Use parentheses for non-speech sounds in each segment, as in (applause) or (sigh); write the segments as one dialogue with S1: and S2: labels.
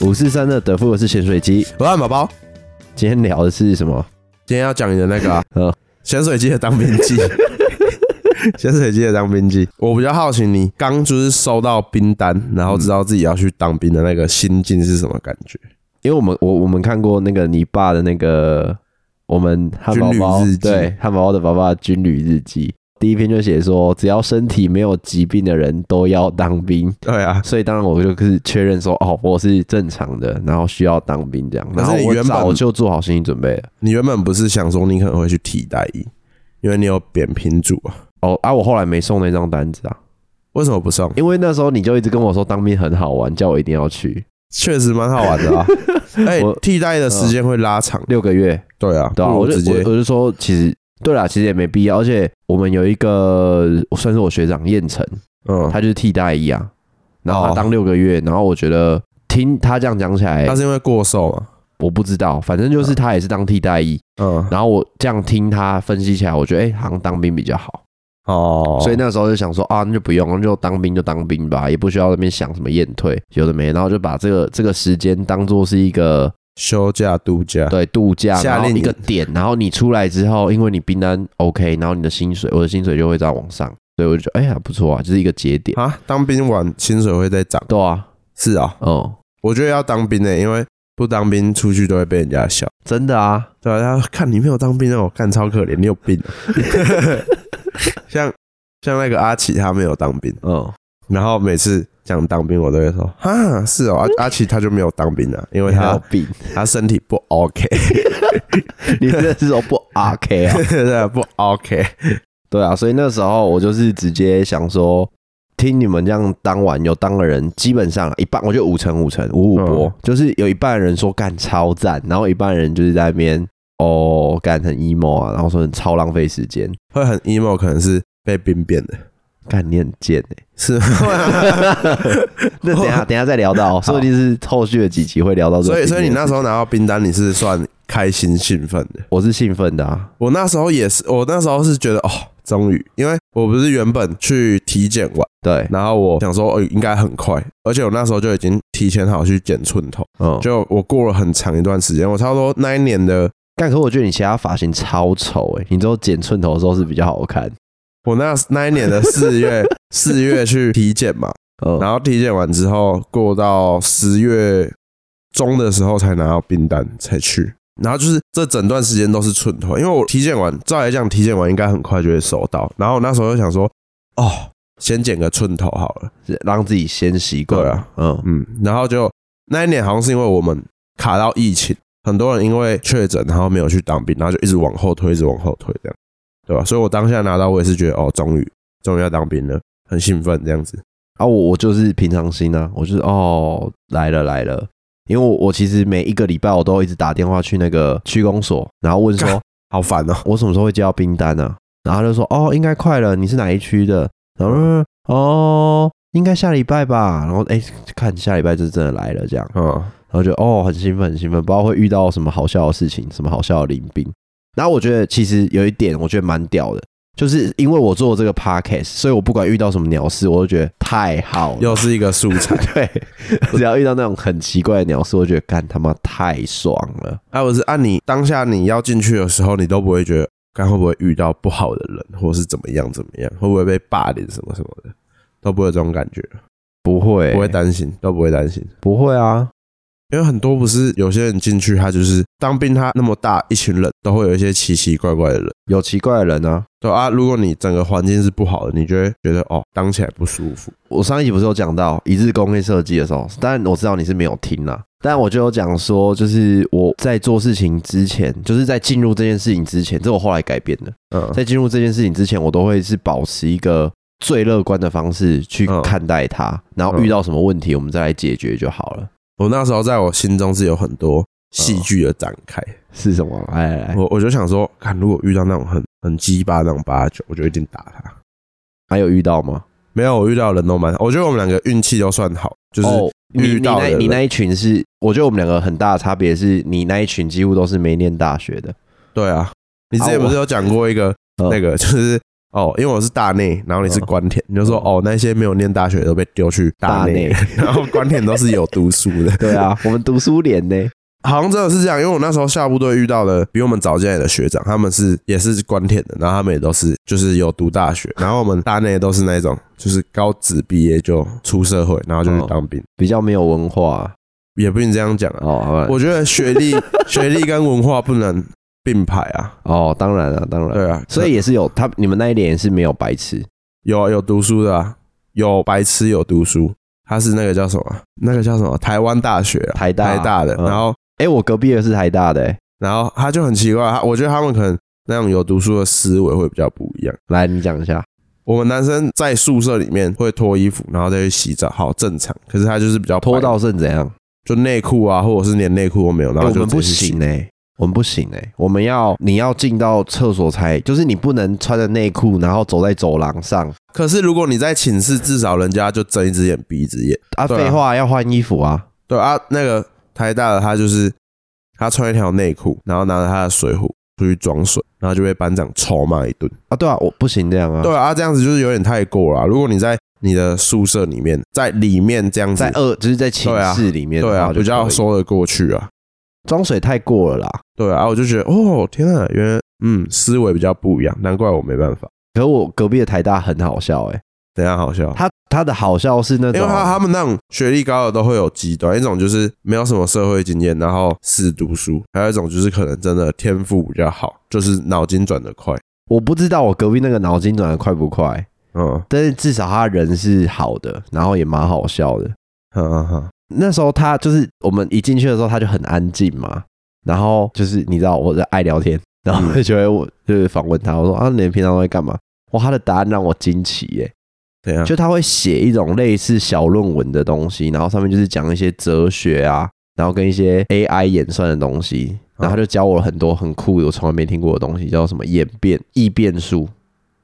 S1: 五四三的德芙我是潜水机，
S2: 我是宝宝，
S1: 今天聊的是什么？
S2: 今天要讲你的那个、啊
S1: (laughs) 嗯，
S2: 潜水机的当兵
S1: (laughs)
S2: 记。潜水机的当兵记，我比较好奇你刚就是收到兵单，然后知道自己要去当兵的那个心境是什么感觉？
S1: 因为我们我我们看过那个你爸的那个我们汉堡包
S2: 军旅日记
S1: 对汉堡包的爸爸的军旅日记，第一篇就写说，只要身体没有疾病的人都要当兵。
S2: 对啊，
S1: 所以当然我就是确认说，哦，我是正常的，然后需要当兵这样。
S2: 可
S1: 然
S2: 是
S1: 后
S2: 你
S1: 我
S2: 原本
S1: 早就做好心理准备了。
S2: 你原本不是想说你可能会去替代役，因为你有扁平足啊？
S1: 哦啊，我后来没送那张单子啊，
S2: 为什么不送？
S1: 因为那时候你就一直跟我说当兵很好玩，叫我一定要去
S2: 确实蛮好玩的
S1: (laughs)
S2: 啊。哎、
S1: 我
S2: 替代的时间会拉长。
S1: 六个月，
S2: 对啊，
S1: 对啊，
S2: 不如
S1: 我就
S2: 直
S1: 我
S2: 接
S1: 我就说，其实对啦，其实也没必要，而且我们有一个算是我学长燕城，
S2: 嗯，
S1: 他就是替代役啊，然后他
S2: 哦
S1: 当六个月，然后我觉得听他这样讲起来
S2: 他，是因为过瘦嘛。
S1: 我不知道，反正就是他也是当替代役，
S2: 嗯，
S1: 然后我这样听他分析起来，我觉得哎、好像当兵比较好，
S2: 哦，
S1: 所以那时候就想说啊，那就不用，那就当兵就当兵吧，也不需要那边想什么验退，有的没，然后就把这个这个时间当做是一个
S2: 休假度假，
S1: 对，度假，
S2: 夏
S1: 然后
S2: 令
S1: 一个
S2: 营
S1: 点，然后你出来之后，因为你订单 OK，然后你的薪水，我的薪水就会再往上，所以我就觉得哎呀不错啊，就是一个节点，
S2: 啊，当兵完薪水会再涨。
S1: 对啊，
S2: 是啊，
S1: 哦、
S2: 我觉得要当兵呢、欸因为不当兵出去都会被人家笑。
S1: 真的啊，
S2: 对啊，他看你没有当兵哦，干超可怜，你有 (laughs) 病啊、像像那个阿奇，他没有当兵，
S1: 嗯，
S2: 然后每次讲当兵，我都会说哈，是哦，阿阿奇他就没有当兵啊，因为
S1: 你还有
S2: 他
S1: (laughs) 病，
S2: 他身体不 OK， (laughs)
S1: 你真的是说不 OK 啊？
S2: 对，不 OK，
S1: (laughs) 对啊，所以那时候我就是直接想说，听你们这样当完有当的人，基本上啊一半，我觉得五成五成五五波，
S2: 嗯
S1: 就是有一半人说干超赞，然后一半人就是在那边哦干很 emo 啊，然后说很超浪费时间，
S2: 会很 emo，可能是被兵变的，
S1: 干你很贱欸
S2: 是吗？
S1: (laughs) 那等一
S2: (laughs)
S1: 下等一下再聊到，说不定是后续的几集会聊到这个
S2: 所
S1: 经
S2: 以
S1: 验。
S2: 所以你那时候拿到哦兵单，你是算开心兴奋的。
S1: 我是兴奋的啊，
S2: 我那时候也是，我那时候是觉得哦，终于，因为我不是原本去体检完，
S1: 对，
S2: 然后我想说，哦，应该很快，而且我那时候就已经提前好去剪寸头，
S1: 嗯，就
S2: 就我过了很长一段时间，我差不多那一年的，
S1: 但可我觉得你其他发型超丑哎、你只有剪寸头的时候是比较好看，
S2: 我那那一年的四月，四月去体检嘛，
S1: 嗯，
S2: 然后体检完之后，过到十月中的时候才拿到病单才去。然后就是这整段时间都是寸头，因为我体检完，照来讲体检完应该很快就会收到。然后我那时候就想说，哦，先剪个寸头好了，
S1: 是让自己先习惯
S2: 对啊，
S1: 嗯，
S2: 嗯。然后就那一年好像是因为我们卡到疫情，很多人因为确诊然后没有去当兵，然后就一直往后推，一直往后推这样，对吧、所以我当下拿到我也是觉得，哦，终于终于要当兵了，很兴奋这样子。
S1: 啊，我我就是平常心啊，我就是哦来了来了，因为我我其实每一个礼拜我都一直打电话去那个区公所，然后问说
S2: 干好烦哦，
S1: 我什么时候会接到冰单呢、啊？然后他就说哦，应该快了，你是哪一区的？然后嗯哦，应该下礼拜吧。然后哎，看下礼拜就真的来了这样，
S2: 嗯，
S1: 然后就哦很兴奋很兴奋，不知道会遇到什么好笑的事情，什么好笑的临兵。然后我觉得其实有一点我觉得蛮屌的，就是因为我做这个 podcast，所以我不管遇到什么鸟事，我都觉得太好了。
S2: 又是一个素材。 (laughs)
S1: 对，只要遇到那种很奇怪的鸟事，我觉得干他妈太爽了。
S2: 啊，我是按、你当下你要进去的时候，你都不会觉得，看会不会遇到不好的人，或是怎么样怎么样，会不会被霸凌什么什么的，都不会有这种感觉，
S1: 不会，
S2: 不会担心，都不会担心。
S1: 不会啊，
S2: 因为很多不是有些人进去，他就是当兵，他那么大一群人，都会有一些奇奇怪怪的人。
S1: 有奇怪的人啊，
S2: 对啊，如果你整个环境是不好的，你就会觉得哦，当起来不舒服。
S1: 我上一集不是有讲到一日工业设计的时候，当然我知道你是没有听啦，但我就有讲说，就是我在做事情之前，就是在进入这件事情之前，这我后来改变的，
S2: 嗯，
S1: 在进入这件事情之前，我都会是保持一个最乐观的方式去
S2: 嗯
S1: 看待它，然后遇到什么问题，我们再来解决就好了。
S2: 我那时候在我心中是有很多戏剧的展开，
S1: 是什么？来来来，
S2: 我我就想说，看如果遇到那种很很鸡巴那种八九，我就一定打他。
S1: 还有遇到吗？
S2: 没有，我遇到的人都蛮，我觉得我们两个运气都算好，就是、
S1: 哦，你
S2: 遇
S1: 你
S2: 到
S1: 那
S2: 的
S1: 你
S2: 人
S1: 那一群是，我觉得我们两个很大的差别是你那一群几乎都是没念大学的，
S2: 对啊。你之前不是有讲过一个
S1: 啊
S2: (laughs)
S1: 嗯
S2: 那个，就是哦，因为我是大内，然后你是关田，你就说哦，那些没有念大学的都被丢去大内，
S1: 嗯大
S2: (laughs) 然后关田都是有读书的，
S1: (laughs) 对啊，我们读书连呢，
S2: 好像真的是这样，因为我那时候下部队遇到了比我们早进来的学长，他们是也是关田的，然后他们也都是就是有读大学，然后我们大内都是那种就是高职毕业就出社会，然后就
S1: 嗯
S2: 去当兵，
S1: 比较没有文化
S2: 也不能这样讲啊。
S1: 哦。好吧
S2: 我觉得学
S1: (laughs)
S2: 历学历跟文化不能并排啊，
S1: 哦，当然了，当然，
S2: 对啊，
S1: 所以也是有他你们那一年也是没有白痴
S2: 有啊有读书的啊，有白痴有读书，他是那个叫什么啊？那个叫什么？台湾大学啊，
S1: 台大
S2: 台大的，
S1: 嗯
S2: 然后
S1: 哎、我隔壁的是台大的、欸，
S2: 然后他就很奇怪，他我觉得他们可能那种有读书的思维会比较不一样。
S1: 来你讲一下
S2: 我们男生在宿舍里面会脱衣服，然后再去洗澡，好正常。可是他就是比较白
S1: 脱到剩怎样？
S2: 就内裤啊，或者是连内裤都没有，然
S1: 欸
S2: 后
S1: 我
S2: 就
S1: 们不
S2: 直接去洗
S1: 行哎、我们不行哎、我们要你要进到厕所才，就是你不能穿着内裤，然后走在走廊上
S2: 可是如果你在寝室，至少人家就睁一只眼闭一只眼。
S1: 啊，
S2: 对啊
S1: 废、话要换衣服啊，
S2: 对啊，那个台大的他就是他穿一条内裤，然后拿着他的水壶出去装水，然后就被班长臭骂一顿。
S1: 啊对啊，我不行这样啊，
S2: 对啊，这样子就是有点太过了啊、如果你在你的宿舍里面，在里面这样子
S1: 在，二就是在寝
S2: 对啊
S1: 室里面的
S2: 对啊，
S1: 话就可以，
S2: 比较说得过去啊。
S1: 装水太过了啦。
S2: 对啊，我就觉得哦，天啊，原来嗯思维比较不一样，难怪我没办法。
S1: 可我隔壁的台大很好笑哎、
S2: 等一下好笑，
S1: 他他的好笑是那
S2: 因
S1: 种
S2: 为他他们那种学历高的都会有极端，一种就是没有什么社会经验，然后死读书；还有一种就是可能真的天赋比较好，就是脑筋转得快。
S1: 我不知道我隔壁那个脑筋转的快不快，
S2: 嗯
S1: 但是至少他人是好的，然后也蛮好笑的。
S2: 哼哼哼，
S1: 那时候他就是我们一进去的时候，他就很安静嘛，然后就是你知道我在爱聊天，然后就会我就是访问他，我说啊，你平常都在干嘛？哇，他的答案让我惊奇耶、
S2: 怎样？
S1: 就他会写一种类似小论文的东西，然后上面就是讲一些哲学啊，然后跟一些 AI 演算的东西，然后他就教我很多很酷的我从来没听过的东西，叫什么演变异变数，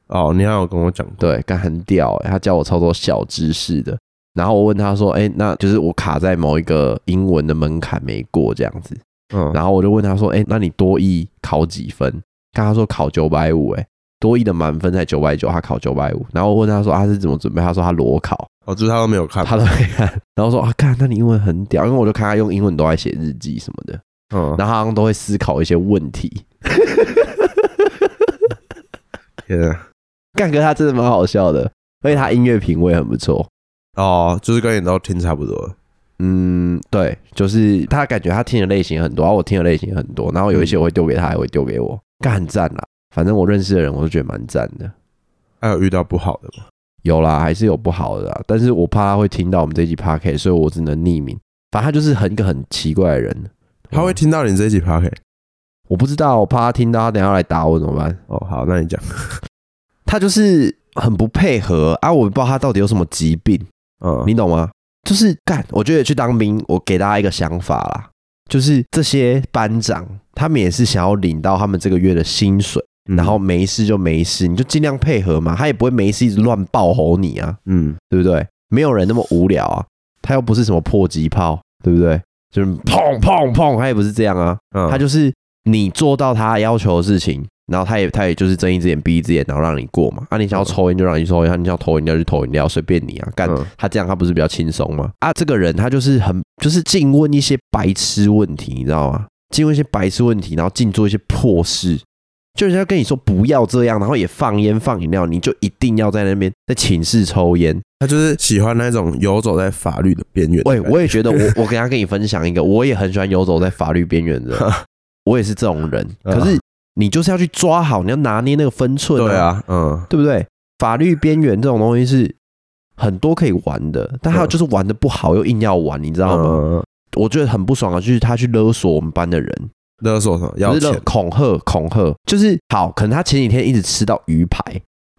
S2: 哦，你还有跟我讲过，
S1: 对，干很屌、欸，他教我超多小知识的。然后我问他说：“哎、那就是我卡在某一个英文的门槛没过这样子。”
S2: 嗯，
S1: 然后我就问他说：“哎、那你多益考几分？”看他说考九百五，哎，多益的满分才九百九，他考九百五。然后我问他说：“他、是怎么准备？”他说：“他裸考。”
S2: 哦，就是他都没有看，
S1: 他都没看。然后说啊，看，那你英文很屌，因为我就看他用英文都在写日记什么的，
S2: 嗯，
S1: 然后他好像都会思考一些问题。 (laughs)
S2: 天啊，
S1: 干哥他真的蛮好笑的，而且他音乐品味很不错。
S2: 哦，就是跟你都听差不多了，
S1: 嗯，对，就是他感觉他听的类型很多，然后我听的类型很多，然后有一些我会丢给他，也会丢给我，干很赞啦。反正我认识的人，我都觉得蛮赞的。
S2: 还有遇到不好的吗？
S1: 有啦，还是有不好的啦，但是我怕他会听到我们这一集 p o c a s t 所以我只能匿名。反正他就是很一个很奇怪的人，
S2: 他会
S1: 嗯
S2: 听到你这一集 p o c
S1: 我不知道，我怕他听到，他等一下来打我怎么办？
S2: 哦，好，那你讲，
S1: 他就是很不配合啊，我不知道他到底有什么疾病，
S2: 嗯，
S1: 你懂吗？就是干，我觉得去当兵，我给大家一个想法啦，就是这些班长他们也是想要领到他们这个月的薪水，
S2: 嗯
S1: 然后没事就没事，你就尽量配合嘛，他也不会没事一直乱爆吼你啊，
S2: 嗯，
S1: 对不对？没有人那么无聊啊，他又不是什么迫击炮，对不对？就是砰砰砰，他也不是这样啊，
S2: 他
S1: 他就是你做到他要求的事情，然后他也他也就是睁一只眼闭一只眼，然后让你过嘛。啊，你想要抽烟就让你去抽烟，啊你想要投饮料就投饮料，随便你啊。干、
S2: 嗯
S1: 他这样他不是比较轻松吗？啊，这个人他就是很就是净问一些白痴问题，你知道吗？净问一些白痴问题，然后净做一些破事。就人家跟你说不要这样，然后也放烟放饮料，你就一定要在那边在寝室抽烟。
S2: 他就是喜欢那种游走在法律的边缘的
S1: 喂，
S2: 感觉。
S1: 我也觉得我，我跟他跟你分享一个，我也很喜欢游走在法律边缘的
S2: (laughs)
S1: 人，我也是这种人。
S2: 嗯
S1: 可是你就是要去抓好，你要拿捏那个分寸、
S2: 对，啊，嗯，
S1: 对不对？法律边缘这种东西是很多可以玩的，但还有
S2: 嗯
S1: 就是玩的不好又硬要玩，你知
S2: 知
S1: 道吗？我觉得很不爽啊，就是他去勒索我们班的人，
S2: 勒索什么？
S1: 不
S2: 要
S1: 是勒
S2: 钱？
S1: 恐吓，恐吓就是好，可能他前几天一直吃到鱼排，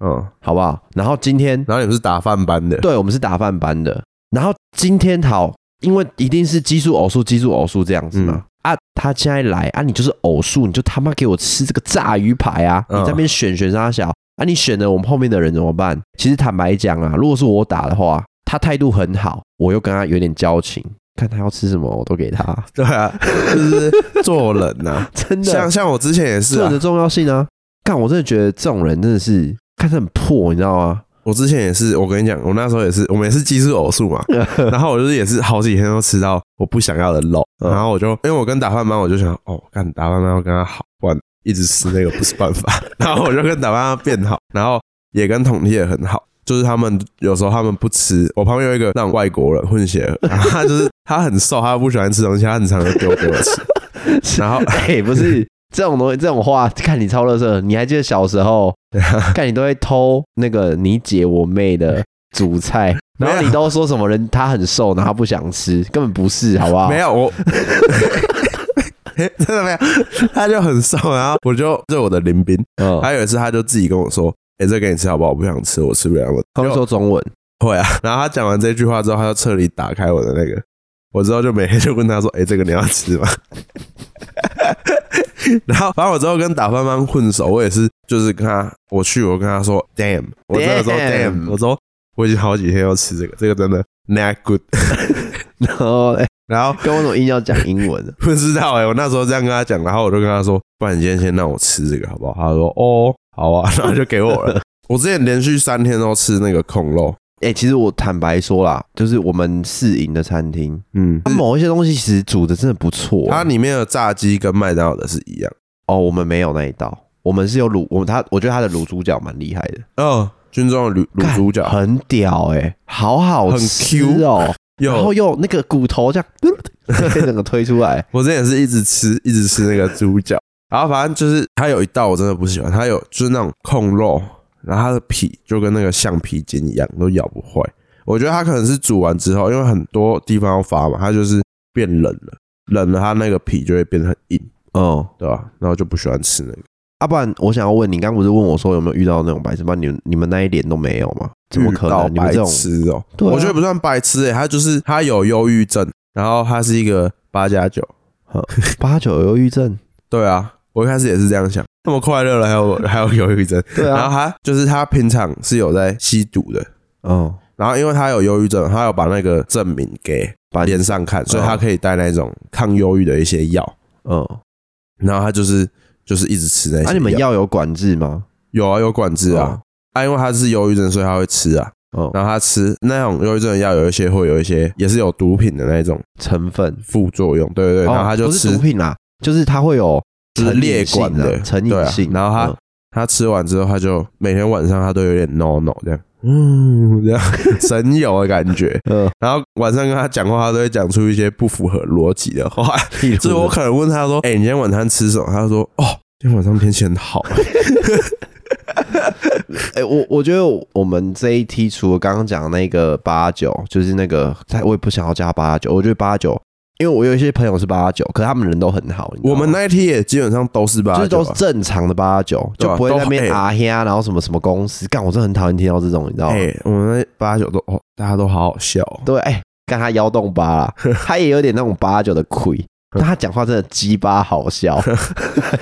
S2: 嗯，
S1: 好不好？然后今天
S2: 然后你们是打饭班的，
S1: (laughs) 对，我们是打饭班的。然后今天好，因为一定是奇数偶数、奇数偶数这样子
S2: 嗯
S1: 嘛。啊，他现在来啊，你就是偶数，你就他妈给我吃这个炸鱼排啊！你
S2: 嗯
S1: 在那边选选啥小啊？你选了我们后面的人怎么办？其实坦白讲啊，如果是我打的话，他态度很好，我又跟他有点交情，看他要吃什么我都给他， (laughs)
S2: 对啊，就是做人呐、
S1: 真的
S2: 像像我之前也是、
S1: 做
S2: 啊
S1: 人的，重要性啊！干，我真的觉得这种人真的是看着很破，你知道吗？
S2: 我之前也是，我跟你讲，我那时候也是，我们也是技术偶
S1: (laughs)
S2: 数嘛，然后我就是也是好几天都吃到我不想要的肉，
S1: 嗯
S2: 然后我就因为我跟打饭班，我就想哦，干打饭班要跟他好，不然一直吃那个不是办法， (laughs) 然后我就跟打饭班变好，然后也跟统一也很好。就是他们有时候他们不吃，我旁边有一个那种外国人混血儿， (laughs) 然后他就是他很瘦，他不喜欢吃东西，他很常就丢给我
S1: (laughs)
S2: 吃。然后
S1: 哎、不是这种东西，这种话，看你超乐色。你还记得小时候，
S2: 啊
S1: 看你都会偷那个你姐我妹的主菜，
S2: 没有
S1: 然后你都说什么人她很瘦，然后她不想吃，根本不是，好不好？
S2: 没有我， (laughs) 真的没有，他就很瘦，然后我就就我的林斌，
S1: 嗯，
S2: 还有一次，他就自己跟我说：“哎、这给你吃好不好？我不想吃，我吃不了。”我
S1: 他们说中文，
S2: (laughs) 会啊。然后他讲完这句话之后，他就彻底打开我的那个。我之后就每天就问他说：“哎、这个你要吃吗？” (laughs) 然后，反正我之后跟打饭班混熟，我也是，就是跟他我去，我跟他说：“Damn！” 我真的说
S1: Damn
S2: “Damn！” 我说我已经好几天要吃这个，这个真的 not good。 (laughs)
S1: 然后、哎，
S2: 然后
S1: 跟我怎么硬要讲英文呢
S2: (laughs) 不知道哎、我那时候这样跟他讲，然后我就跟他说，不然你今天先让我吃这个好不好？他说哦，好啊， (laughs) 然后就给我
S1: (laughs)
S2: 了。我之前连续三天都吃那个控肉，
S1: 哎、其实我坦白说啦，就是我们试营的餐厅，
S2: 嗯，
S1: 它某一些东西其实煮的真的不错、啊
S2: 它里面的炸鸡跟麦当劳的是一样，
S1: 哦，我们没有那一道，我们是有卤，我们他我觉得他的卤猪脚蛮厉害的，
S2: 嗯，军中的卤卤猪脚
S1: 哦干很屌哎、好好
S2: 很
S1: 吃
S2: Q
S1: 哦、然后
S2: 有，
S1: 又那个骨头这样， (laughs) 整个推出来，
S2: 我之前也是一直吃一直吃那个猪脚，然后反正就是它有一道我真的不喜欢，它有就是那种控肉，然后它的皮就跟那个橡皮筋一样，都咬不坏。我觉得它可能是煮完之后，因为很多地方要发嘛，它就是变冷了，冷了它那个皮就会变得很硬，
S1: 嗯，
S2: 对吧、然后就不喜欢吃那个。
S1: 啊，不然我想要问你，刚不是问我说有没有遇到那种白痴吗？你们你们那一连都没有吗？怎么可
S2: 遇到
S1: 能？你们
S2: 白
S1: 这种
S2: 痴哦、
S1: 对啊
S2: 我觉得不算白痴诶、他就是他有忧郁症，然后他是一个八加九。
S1: 八九忧郁症，
S2: 对啊，我一开始也是这样想，那么快乐了还有还有忧郁症，
S1: 对
S2: 然后 (laughs)
S1: 啊，
S2: 他就是他平常是有在吸毒的，
S1: 嗯，
S2: 然后因为他有忧郁症，他有把那个证明给
S1: 把
S2: 连上看，所以
S1: 哦
S2: 他可以带那种抗忧郁的一些药，
S1: 嗯，
S2: 然后他就是就是一直吃那些。
S1: 啊那你们药有管制吗？
S2: 有啊有管制啊
S1: 哦，
S2: 啊因为他是忧郁症，所以他会吃啊，
S1: 嗯，
S2: 然后他吃那种忧郁症的药有一些会有一些也是有毒品的那种
S1: 成分，
S2: 副作用，对对对，
S1: 哦
S2: 然后他就
S1: 不是
S2: 吃
S1: 毒品啦，就是它会有
S2: 就是
S1: 成
S2: 列
S1: 瘾性
S2: 管
S1: 啊
S2: 的
S1: 成
S2: 对
S1: 瘾
S2: 啊
S1: 性，
S2: 然后它
S1: 嗯 (laughs)
S2: 他吃完之后，他就每天晚上他都有点 no no 这样，嗯，这样 (laughs) 神游的感觉。
S1: (laughs) 呃，
S2: 然后晚上跟他讲话，他都会讲出一些不符合逻辑的
S1: (laughs)
S2: 话。
S1: 例如
S2: 就是我可能问他说：“哎、你今天晚餐吃什么？”他说：“哦，今天晚上天气很
S1: (laughs)
S2: 好。
S1: 哎、我我觉得我们这一梯除了刚刚讲的那个八九，就是那个，他我也不想要加八九，我觉得八九，因为我有一些朋友是八九，可是他们人都很好，你知道
S2: 我
S1: 吗
S2: 们那一天也基本上都是吧，啊
S1: 就是都是正常的八九，
S2: 对啊
S1: 就不会在那边
S2: 都
S1: 啊呀，然后什么什么公司，干我真的很讨厌听到这种，你知道吗？
S2: 哎、我们那八九都哦，大家都好好笑哦、
S1: 对，哎、干他腰动八
S2: (laughs)
S1: 啦，他也有点那种八九的亏。但他讲话真的鸡巴好笑，
S2: (laughs)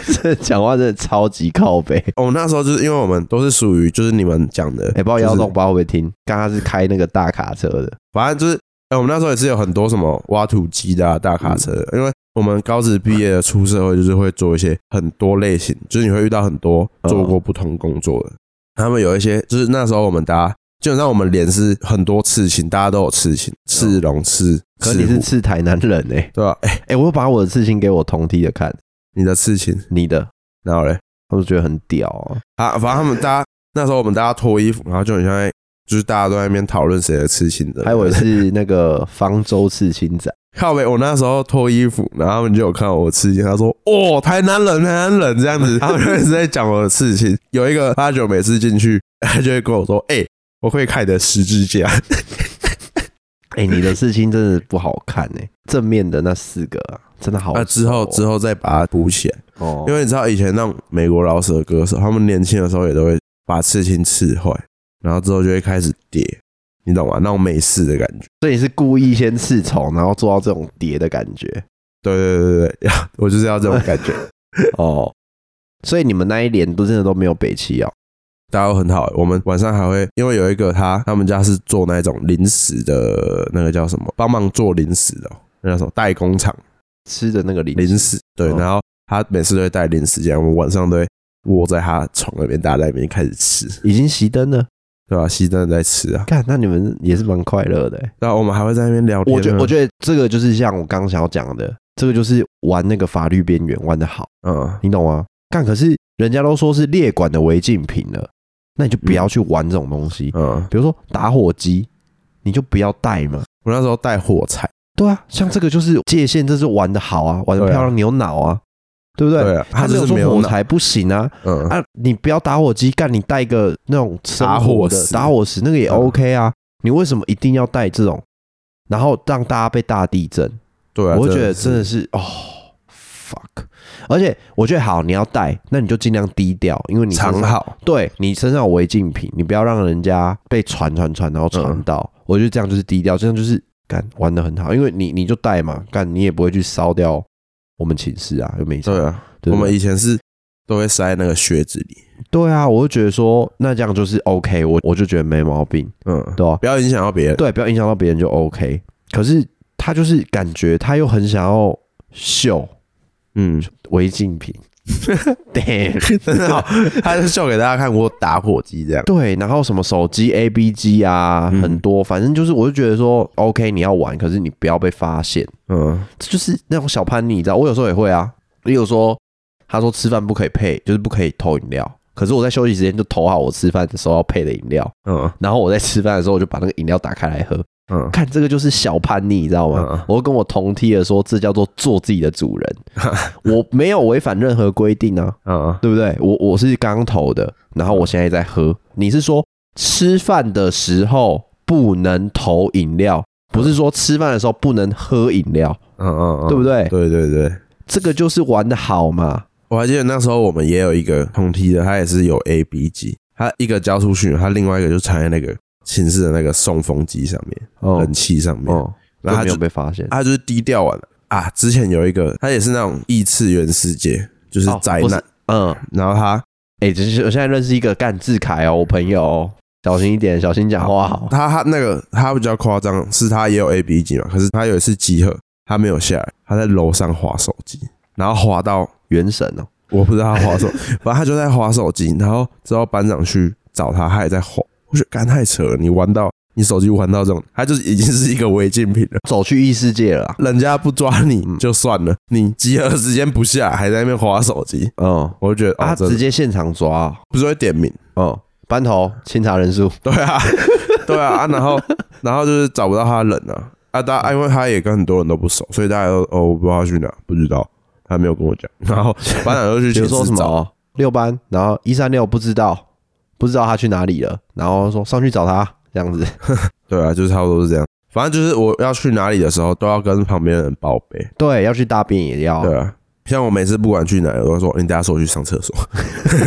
S1: 真的讲话真的超级靠背。
S2: 我哦们那时候就是因为我们都是属于就是你们讲的，
S1: 哎、不知道腰
S2: 就是
S1: 动八会不会听？刚刚是开那个大卡车的，
S2: 反正就是，哎、我们那时候也是有很多什么挖土机的、啊、大卡
S1: 嗯
S2: 车，因为我们高职毕业的出社会，就是会做一些很多类型，就是你会遇到很多
S1: 嗯
S2: 做过不同工作的。他们有一些，就是那时候我们大家基本上我们连是很多刺青，大家都有刺青，刺龙、刺
S1: 嗯可是你
S2: 刺
S1: 是
S2: 虎，
S1: 刺台南人哎、
S2: 对吧、哎、
S1: 哎、我有把我的刺青给我同梯的看，
S2: 你的刺青，
S1: 你的，
S2: 然后嘞，
S1: 他们觉得很屌啊。
S2: 啊，反正他们大家那时候我们大家脱衣服，然后就很像在，就是大家都在那边讨论谁的刺青的，
S1: 还有我是那个方舟刺青仔，
S2: 靠北，我那时候脱衣服，然后他们就有看到我刺青，他说：“哦，台南人，台南人这
S1: (laughs)
S2: 样子。”他们就一直在讲我的刺青。有一个八九每次进去， (laughs) 他就会跟我说：“哎、我会看你的十字架。
S1: 哎、你的刺青真的不好看哎、正面的那四个啊，真的好、”
S2: 那之后之
S1: 后
S2: 后再把它补起来，
S1: 哦，
S2: 因为你知道以前那种美国老舍歌手，他们年轻的时候也都会把刺青刺坏，然后之后就会开始叠，你懂吗？那种美式的感觉。
S1: 所以你是故意先刺丑，然后做到这种叠的感觉
S2: 对对对对对， (laughs) 我就是要这种感觉。
S1: 哦。所以你们那一连都真的都没有北齐哦，
S2: 大家都很好。我们晚上还会，因为有一个他，他们家是做那种零食的，那个叫什么，帮忙做零食的哦，那叫什么代工厂
S1: 吃的那个零
S2: 零食。对，
S1: 哦
S2: 然后他每次都会带零食进来，我们晚上都会窝在他床那边，大家在那边开始吃，
S1: 已经熄灯了。
S2: 对吧、熄灯在吃啊，
S1: 看，那你们也是蛮快乐的欸、
S2: 然后我们还会在那边聊天啊。
S1: 我觉我觉得这个就是像我刚刚想要讲的，这个就是玩那个法律边缘玩的好，
S2: 嗯，
S1: 你懂吗？干，可是人家都说是列管的违禁品了，那你就不要去玩这种东西。
S2: 嗯，
S1: 比如说打火机，你就不要带嘛。
S2: 我那时候带火柴，
S1: 对啊，像这个就是界限，这是玩的好啊，玩的
S2: 对啊
S1: 漂亮，你有脑啊，对不对？
S2: 对啊，
S1: 他
S2: 就
S1: 没有
S2: 是
S1: 说
S2: 没有
S1: 火
S2: 脑，
S1: 柴不行啊，
S2: 嗯，
S1: 啊，你不要打火机，干你带个那种生
S2: 打
S1: 活
S2: 火
S1: 的
S2: 石
S1: 打火石，那个也
S2: 嗯
S1: OK 啊。你为什么一定要带这种，然后让大家被大地震？
S2: 对啊，
S1: 我会觉得
S2: 是
S1: 真的是哦，fuck！而且我觉得好，你要带，那你就尽量低调，因为你身上
S2: 藏好，
S1: 对你身上有违禁品，你不要让人家被传传传，然后传
S2: 嗯
S1: 到。我觉得这样就是低调，这样就是干玩的很好，因为你你就带嘛，干你也不会去烧掉我们寝室啊，又没差
S2: 对啊，
S1: 对
S2: 我
S1: 不对
S2: 们以前是都会塞那个靴子里，
S1: 对啊，我就觉得说那这样就是 OK，我我就觉得没毛病，
S2: 嗯，
S1: 对吧、
S2: 不要影响到别人，
S1: 对，不要影响到别人就 OK。可是他就是感觉他又很想要秀
S2: 嗯，
S1: 违禁
S2: (laughs)
S1: 品，damn。
S2: 很好，他就秀给大家看我打火机这样，
S1: (laughs) 对，然后什么手机 A B G 啊，
S2: 嗯
S1: 很多，反正就是，我就觉得说，OK，你要玩，可是你不要被发现，
S2: 嗯，
S1: 这就是那种小叛逆，你知道？我有时候也会啊，例如说，他说吃饭不可以配，就是不可以偷饮料，可是我在休息时间就投好我吃饭的时候要配的饮料，
S2: 嗯
S1: 然后我在吃饭的时候我就把那个饮料打开来喝，
S2: 嗯，
S1: 看这个就是小叛逆，你知道吗？
S2: 嗯
S1: 我会跟我同梯的说，这叫做做自己的主
S2: (laughs)
S1: 人，我没有违反任何规定啊，
S2: 嗯，
S1: 对不对？我我是刚投的，然后我现在在喝。你是说吃饭的时候不能投饮料，不是说吃饭的时候不能喝饮料，
S2: 嗯嗯，
S1: 对不对
S2: 对对对，
S1: 这个就是玩的好嘛。
S2: 我还记得那时候我们也有一个同梯的，他也是有 A B 机，他一个交出去，他另外一个就藏在那个寝室的那个送风机上面，
S1: 哦
S2: 冷气上面，
S1: 哦，
S2: 然
S1: 然后
S2: 后他
S1: 没有
S2: 就
S1: 被发现，
S2: 他就是低调完了啊。之前有一个，他也是那种异次元世界，就是
S1: 哦
S2: 灾
S1: 不
S2: 难，
S1: 是嗯，
S2: 然后他
S1: 哎，只是我现在认识一个干志凯哦，我朋友哦，小心一点，小心讲话哦好。
S2: 他他那个他比较夸张，是他也有 A B 级嘛，可是他有一次集合，他没有下来，他在楼上划手机，然后划到
S1: 原神哦，
S2: 我不知道他划手，反正他就在划手机，然后之后班长去找他，他也在划，我觉得干太扯了，你玩到你手机玩到这种，他就是已经是一个违禁品了。
S1: 走去异世界了啦。啊
S2: 人家不抓你
S1: 嗯
S2: 就算了，你集合时间不下，还在那边划手机，
S1: 嗯，
S2: 我就觉得
S1: 啊，
S2: 啊，这
S1: 直接现场抓哦。
S2: 不是会点名，
S1: 嗯，班头清查人数。
S2: 对
S1: (laughs)
S2: 啊，对啊，啊然后然后就是找不到他的人啊，啊，大
S1: 嗯
S2: 家因为他也跟很多人都不熟，所以大家都哦，我不知道他去哪，不知道，他没有跟我讲。 (laughs) 然后班长就去
S1: (laughs) 比
S2: 寝
S1: 如说
S2: 室
S1: 什
S2: 找，
S1: 么六班，然后一三六不知道，不知道他去哪里了，然后说上去找他这
S2: (laughs)
S1: 样子。
S2: 对啊，就是差不多是这样。反正就是我要去哪里的时候，都要跟旁边的人报备。
S1: 对，要去大便也要。
S2: 对啊，像我每次不管去哪，我都说你等下说我去上厕
S1: (laughs)
S2: 所。 (laughs)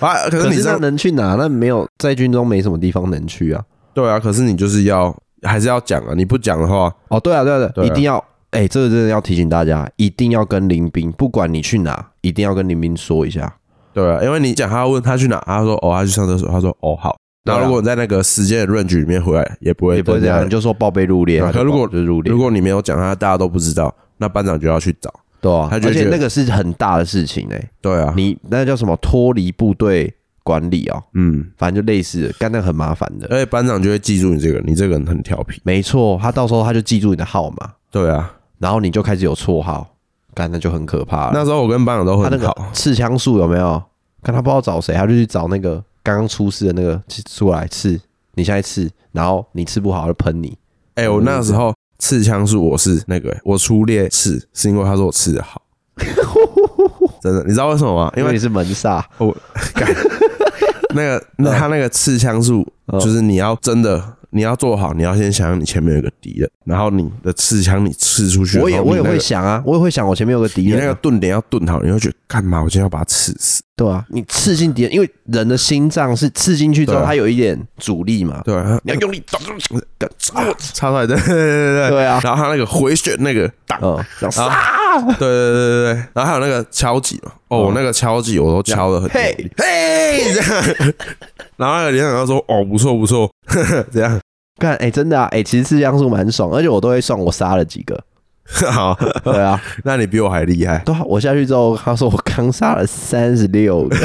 S2: 啊，可是
S1: 可
S2: 你
S1: 是
S2: 这
S1: 那
S2: 样
S1: 能去哪？那没有在军中没什么地方能去啊。
S2: 对啊，可是你就是要还是要讲啊，你不讲的话，
S1: 哦，对啊，对啊，对啊，
S2: 对啊
S1: 一定要。哎、这个真的要提醒大家，一定要跟林兵，不管你去哪，一定要跟林兵说一下。
S2: 对啊，因为你讲他问他去哪，他说哦他去上厕所，他说哦好。
S1: 对啊
S2: 然后如果你在那个时间的 range 里面回来，也不会
S1: 也不会
S2: 增
S1: 这
S2: 加
S1: 样，你就说报备入列。
S2: 对啊
S1: 他就
S2: 可如果
S1: 报就是入列，
S2: 如果你没有讲他，大家都不知道，那班长就要去找。
S1: 对啊，
S2: 他
S1: 而
S2: 就
S1: 且
S2: 觉得
S1: 那个是很大的事情哎、
S2: 对啊，
S1: 你那叫什么脱离部队管理哦，
S2: 嗯，
S1: 反正就类似的，干那个很麻烦的。
S2: 而且班长就会记住你这个，你这个人很调皮。
S1: 没错，他到时候他就记住你的号码，
S2: 对啊，
S1: 然后你就开始有绰号，干那就很可怕了。
S2: 那时候我跟班长都
S1: 他那
S2: 很
S1: 个
S2: 好。
S1: 刺枪术有没有？看他不知道找谁，他就去找那个刚刚出事的那个刺出来刺，你现在刺，然后你刺不好他就喷你。
S2: 哎、我那时候刺枪术我是那个、我出列刺是因为他说我刺
S1: (laughs)
S2: 的好，真的，你知道为什么吗？因
S1: 因为
S2: 为
S1: 你是门煞，
S2: 我干那个那他那个刺枪术
S1: 嗯
S2: 就是你要真的。你要做好，你要先想你前面有个敌人，然后你的刺枪你刺出去的时候，
S1: 我也我也
S2: 你那个
S1: 会想啊，我也会想我前面有个敌
S2: 你那
S1: 人
S2: 个
S1: 啊，
S2: 盾点要盾好，你会觉得干嘛？我今天要把他刺死。
S1: 对啊，你刺进敌人，因为人的心脏是刺进去之后，
S2: 对啊
S1: 它有一点阻力嘛，
S2: 对，啊
S1: 你要用力打，干
S2: 我插出来，对对对对
S1: 啊对啊
S2: 然后他那个回旋那个挡， (laughs)
S1: 嗯，然后
S2: 对对对对对，然后还有那个敲击嘛，
S1: 啊
S2: 哦，我那个敲击我都敲的很用力，嘿，这样。然后那个连长就说：“哦，不错不错， (laughs) 呵呵这样。
S1: 干哎、真的啊，哎、其实刺枪术蛮爽，而且我都会算我杀了几个，
S2: 好，
S1: 对啊，
S2: 那你比我还厉害。
S1: 对啊，我下去之后，他说我刚杀了三十六
S2: (laughs)
S1: 个，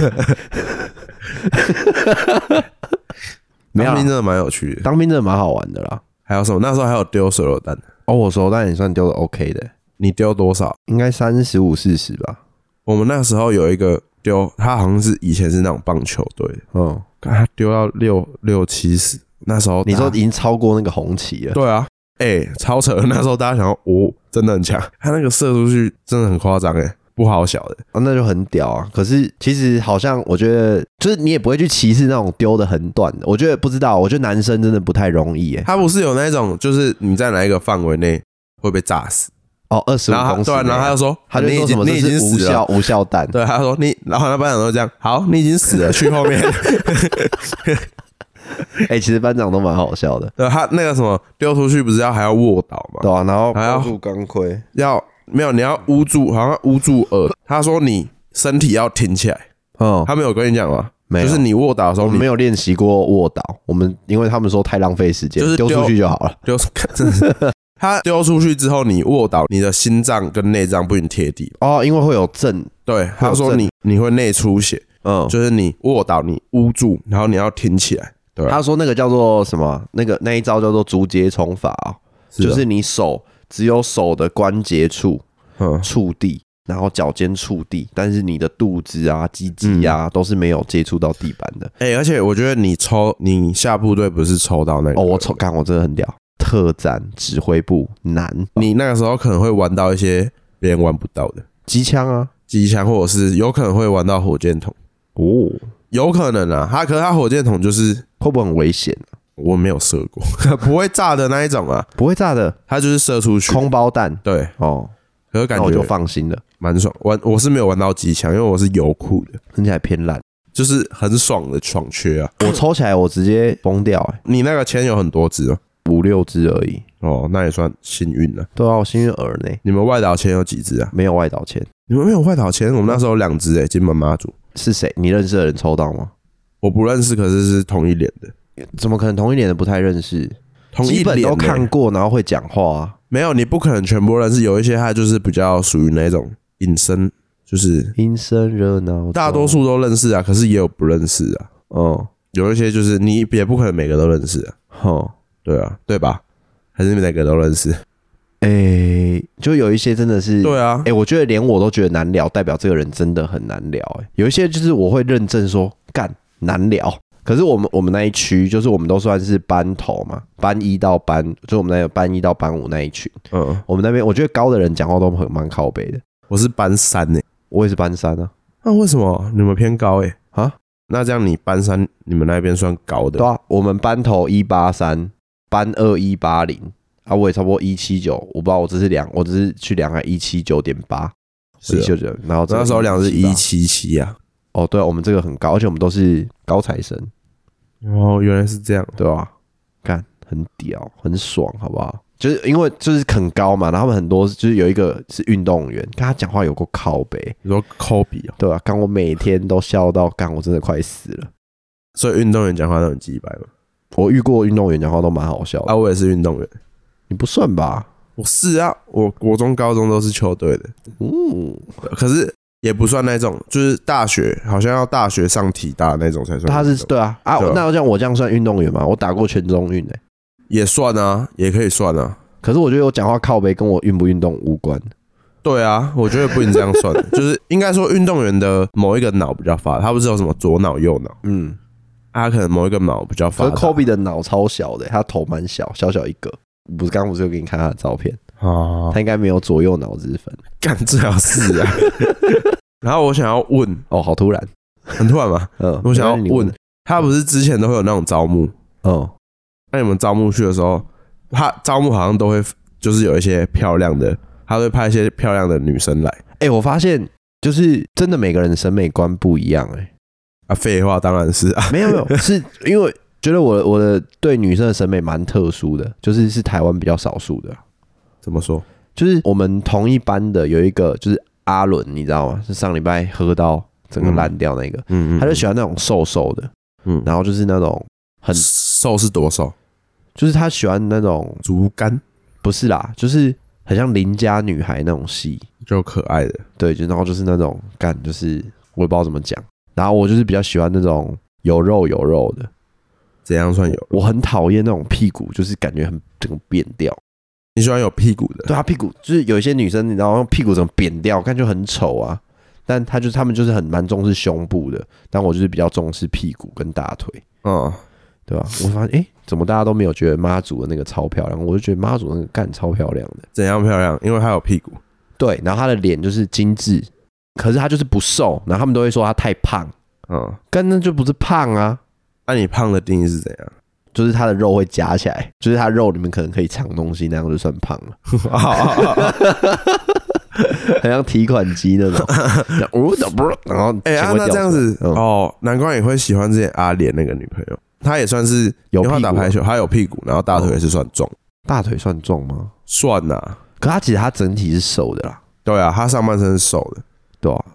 S1: 没有啊
S2: 当兵真的蛮有趣的。
S1: 当兵真的蛮好玩的啦。
S2: 还有什么？那时候还有丢手榴弹，
S1: 哦，我手弹也算丢的 OK 的，
S2: 你丢多少？
S1: 应该三十五四十吧。
S2: 我们那时候有一个丢，他好像是以前是那种棒球队的，
S1: 嗯，
S2: 干他丢到六六七十。那时候
S1: 你说
S2: 大
S1: 已经超过那个红旗了，
S2: 啊对啊，哎、超扯！那时候大家想说，哦，真的很强，他那个射出去真的很夸张，哎，不好小的。
S1: 哦、那就很屌啊。可是其实好像我觉得，就是你也不会去歧视那种丢的很短的。我觉得不知道，我觉得男生真的不太容易耶。
S2: 他不是有那种，就是你在哪一个范围内会被炸死，
S1: 哦，二十五
S2: 然后
S1: 公
S2: 他
S1: 尺
S2: 对、
S1: 内啊，
S2: 啊，然后他就说，
S1: 他就
S2: 你已
S1: 说什
S2: 经
S1: 么
S2: 你
S1: 这
S2: 已经
S1: 是无
S2: 死
S1: 效
S2: 了。
S1: 无效弹，
S2: 对，他说你，然后他班长都这样，好，你已经死了，去
S1: (laughs)
S2: 后面。
S1: 哎、其实班长都蛮好笑的，
S2: 对，他那个什么丢出去不是要还要卧倒吗？
S1: 对啊，然后
S2: 还要
S1: 抱住钢盔，
S2: 要没有，你要捂住，好像捂住耳。他说你身体要挺起来，
S1: 嗯，
S2: 他没有跟你讲吗？
S1: 没有
S2: 就是你卧倒的时候，
S1: 我
S2: 你
S1: 们没有练习过卧倒，我们因为他们说太浪费时间，
S2: 就是
S1: 丢
S2: 丢
S1: 出去就好了。
S2: 丢， (laughs) 真的是他丢出去之后，你卧倒，你的心脏跟内脏不能贴地。
S1: 哦，因为会有震，
S2: 对，他
S1: 哦
S2: 说你你会内出血，
S1: 嗯，
S2: 就是你卧倒，你捂住，然后你要挺起来。对
S1: 啊
S2: 吧，
S1: 他说那个叫做什么？那个那一招叫做竹节虫法、哦，
S2: 是啊
S1: 就是你手只有手的关节处
S2: 嗯，
S1: 触地，然后脚尖触地，但是你的肚子啊、鸡鸡
S2: 嗯
S1: 啊都是没有接触到地板的。
S2: 哎，而且我觉得你抽你下部队不是抽到那个
S1: 哦，我操，干，我真的很屌，特战指挥部男，
S2: 你那个时候可能会玩到一些别人玩不到的
S1: 机枪啊，
S2: 机枪，或者是有可能会玩到火箭筒。
S1: 哦，
S2: 有可能啊，他可是他火箭筒就是
S1: 会不会很危险、
S2: 我没有射
S1: (laughs)
S2: 过，不会炸的那一种啊，
S1: 不会炸的，
S2: 他就是射出去。
S1: 空包弹
S2: 对，
S1: 哦，
S2: 可是感
S1: 那我就
S2: 觉
S1: 放心了，
S2: 蛮爽。玩我是没有玩到机枪，因为我是油库的，
S1: 听起来偏烂。
S2: 就是很爽的爽缺啊。
S1: 我抽起来我直接崩掉、欸，
S2: 你那个签有很多只哦，
S1: 五六只而已。
S2: 哦，那也算幸运了。
S1: 对啊，我幸运儿呢，
S2: 你们外岛签有几只啊？
S1: 没有外岛签。
S2: 你们没有外岛签，我们那时候有两只诶，金门妈祖，
S1: 是谁？你认识的人抽到吗？
S2: 我不认识，可是是同一脸的，
S1: 怎么可能同一年的不太认识？
S2: 同一
S1: 基本
S2: 脸
S1: 都
S2: 欸
S1: 看过，然后会讲话、啊。
S2: 没有，你不可能全部认识，有一些他就是比较属于那种隐身，就是
S1: 阴森热闹，
S2: 大多数都认识啊，可是也有不认识啊。
S1: 嗯，
S2: 有一些就是你也不可能每个都认识啊，
S1: 哼，
S2: 对啊，对吧？还是每个都认识？
S1: 诶、哎就有一些真的是，
S2: 对啊
S1: 诶、，我觉得连我都觉得难聊，代表这个人真的很难聊、诶，有一些就是我会认证说干难聊，可是我们我们那一区就是我们都算是班头嘛，班一到班，就是我们那个班一到班五那一群，
S2: 嗯，
S1: 我们那边我觉得高的人讲话都很蛮靠北的，
S2: 我是班三呢、
S1: 我也是班三啊，
S2: 那、为什么你们偏高诶、
S1: 啊？
S2: 那这样你班三，你们那边算高的
S1: 对啊，我们班头一八三，班二一八零啊，我也差不多一七九，我不知道我这是量，我只是去量还啊一七九点八，
S2: 是
S1: 一
S2: 啊、
S1: 七九，然后这个
S2: 那时候两是一
S1: 178
S2: 七七啊。
S1: 哦，对啊、我们这个很高，而且我们都是高材生，
S2: 哦，原来是这样。
S1: 对吧、看很屌，很爽，好不好？就是因为就是很高嘛，然后他们很多就是有一个是运动员，跟他讲话有够靠背，
S2: 你说科比哦，
S1: 对吧、啊？看我每天都笑到，干我真的快死了。
S2: 所以运动员讲话都很鸡掰嘛。
S1: 我遇过运动员讲话都蛮好笑的，
S2: 啊，我也是运动员，
S1: 你不算吧？
S2: 我是啊，我国中、高中都是球队的，
S1: 嗯，
S2: 可是也不算那种，就是大学好像要大学上体大那种才算运动。
S1: 他是对啊啊
S2: 对啊，
S1: 那像我这样算运动员吗？我打过全中运诶、欸
S2: 也算啊，也可以算啊。
S1: 可是我觉得我讲话靠背跟我运不运动无关。
S2: 对啊，我觉得不能这样算，啊就是应该说运动员的某一个脑比较发达，他不是有什么左脑右脑，
S1: 嗯，
S2: 啊他可能某一个脑比较
S1: 可
S2: 发
S1: 是
S2: 达。
S1: Kobe 的脑超小的欸、他头蛮小，小小一个。不是，刚刚不是有给你看他的照片？
S2: 啊，
S1: 他应该没有左右脑之分。
S2: 干最好是
S1: (laughs)
S2: 啊。然后我想要问，
S1: 哦，好突然。
S2: 很突然嘛，
S1: 嗯，
S2: 我想要
S1: 原来你
S2: 问，，他不是之前都会有那种招募？
S1: 嗯，
S2: 那你们招募去的时候，他招募好像都会就是有一些漂亮的，他会派一些漂亮的女生来
S1: 哎、我发现就是真的每个人的审美观不一样、 (laughs) 欸。
S2: 啊。废话当然是啊，
S1: 哎，没有没有，是因为觉得我我的对女生的审美蛮特殊的，就是是台湾比较少数的。
S2: 怎么说？
S1: 就是我们同一班的有一个就是阿伦，你知道吗？是上礼拜喝到整个烂掉那个，
S2: 嗯
S1: 他就喜欢那种瘦瘦的，
S2: 嗯
S1: 然后就是那种很，
S2: 瘦是多瘦？
S1: 就是他喜欢那种
S2: 竹竿
S1: 不是啦，就是很像邻家女孩那种戏，
S2: 就可爱的，
S1: 对，就然后就是那种干，就是我也不知道怎么讲。然后我就是比较喜欢那种有肉有肉的，
S2: 怎样算有？
S1: 我很讨厌那种屁股，就是感觉很整个扁掉。
S2: 你喜欢有屁股的？
S1: 对她屁股，就是有一些女生，然后屁股整个扁掉，看就很丑啊。但她就是她们就是很蛮重视胸部的，但我就是比较重视屁股跟大腿。
S2: 嗯，
S1: 对吧、我发现，哎、怎么大家都没有觉得妈祖的那个超漂亮？我就觉得妈祖那个干超漂亮的。
S2: 怎样漂亮？因为它有屁股。
S1: 对，然后她的脸就是精致，可是她就是不瘦，然后他们都会说她太胖，
S2: 嗯，
S1: 根本就不是胖啊，
S2: 那、你胖的定义是怎样？
S1: 就是她的肉会夹起来，就是她肉里面可能可以藏东西，那样就算胖
S2: (laughs)
S1: 了，很像提款机
S2: (laughs)
S1: 那种。呜的不，然后
S2: 哎、啊
S1: 钱会
S2: 那
S1: 掉
S2: 这样
S1: 出来
S2: 子、
S1: 嗯
S2: 哦，难怪你会喜欢之前阿莲那个女朋友，她也算是
S1: 有
S2: 因为
S1: 屁
S2: 她
S1: 股
S2: 打排球，她有屁股，然后大腿也是算重，
S1: 大腿算重吗？
S2: 算呐、
S1: 可她其实她整体是瘦的啦，
S2: 对啊，她上半身是瘦的，
S1: 对啊，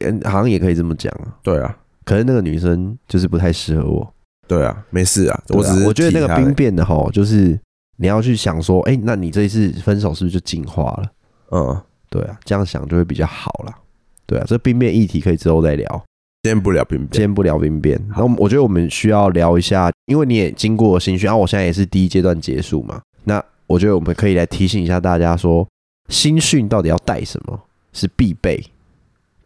S1: 嗯好像也可以这么讲啊。
S2: 对啊，
S1: 可是那个女生就是不太适合我。
S2: 对啊，没事啊，
S1: 对啊
S2: 我只是
S1: 我觉得那
S2: 提
S1: 个
S2: 她
S1: 兵变的哈，就是你要去想说，哎、那你这一次分手是不是就进化了？
S2: 嗯，
S1: 对啊，这样想就会比较好啦。对啊，这兵变议题可以之后再聊，
S2: 今天不聊兵
S1: 今
S2: 变，
S1: 天不聊兵变。那我们我觉得我们需要聊一下，因为你也经过新训，然、后啊我现在也是第一阶段结束嘛。那我觉得我们可以来提醒一下大家说，新训到底要带什么是必备？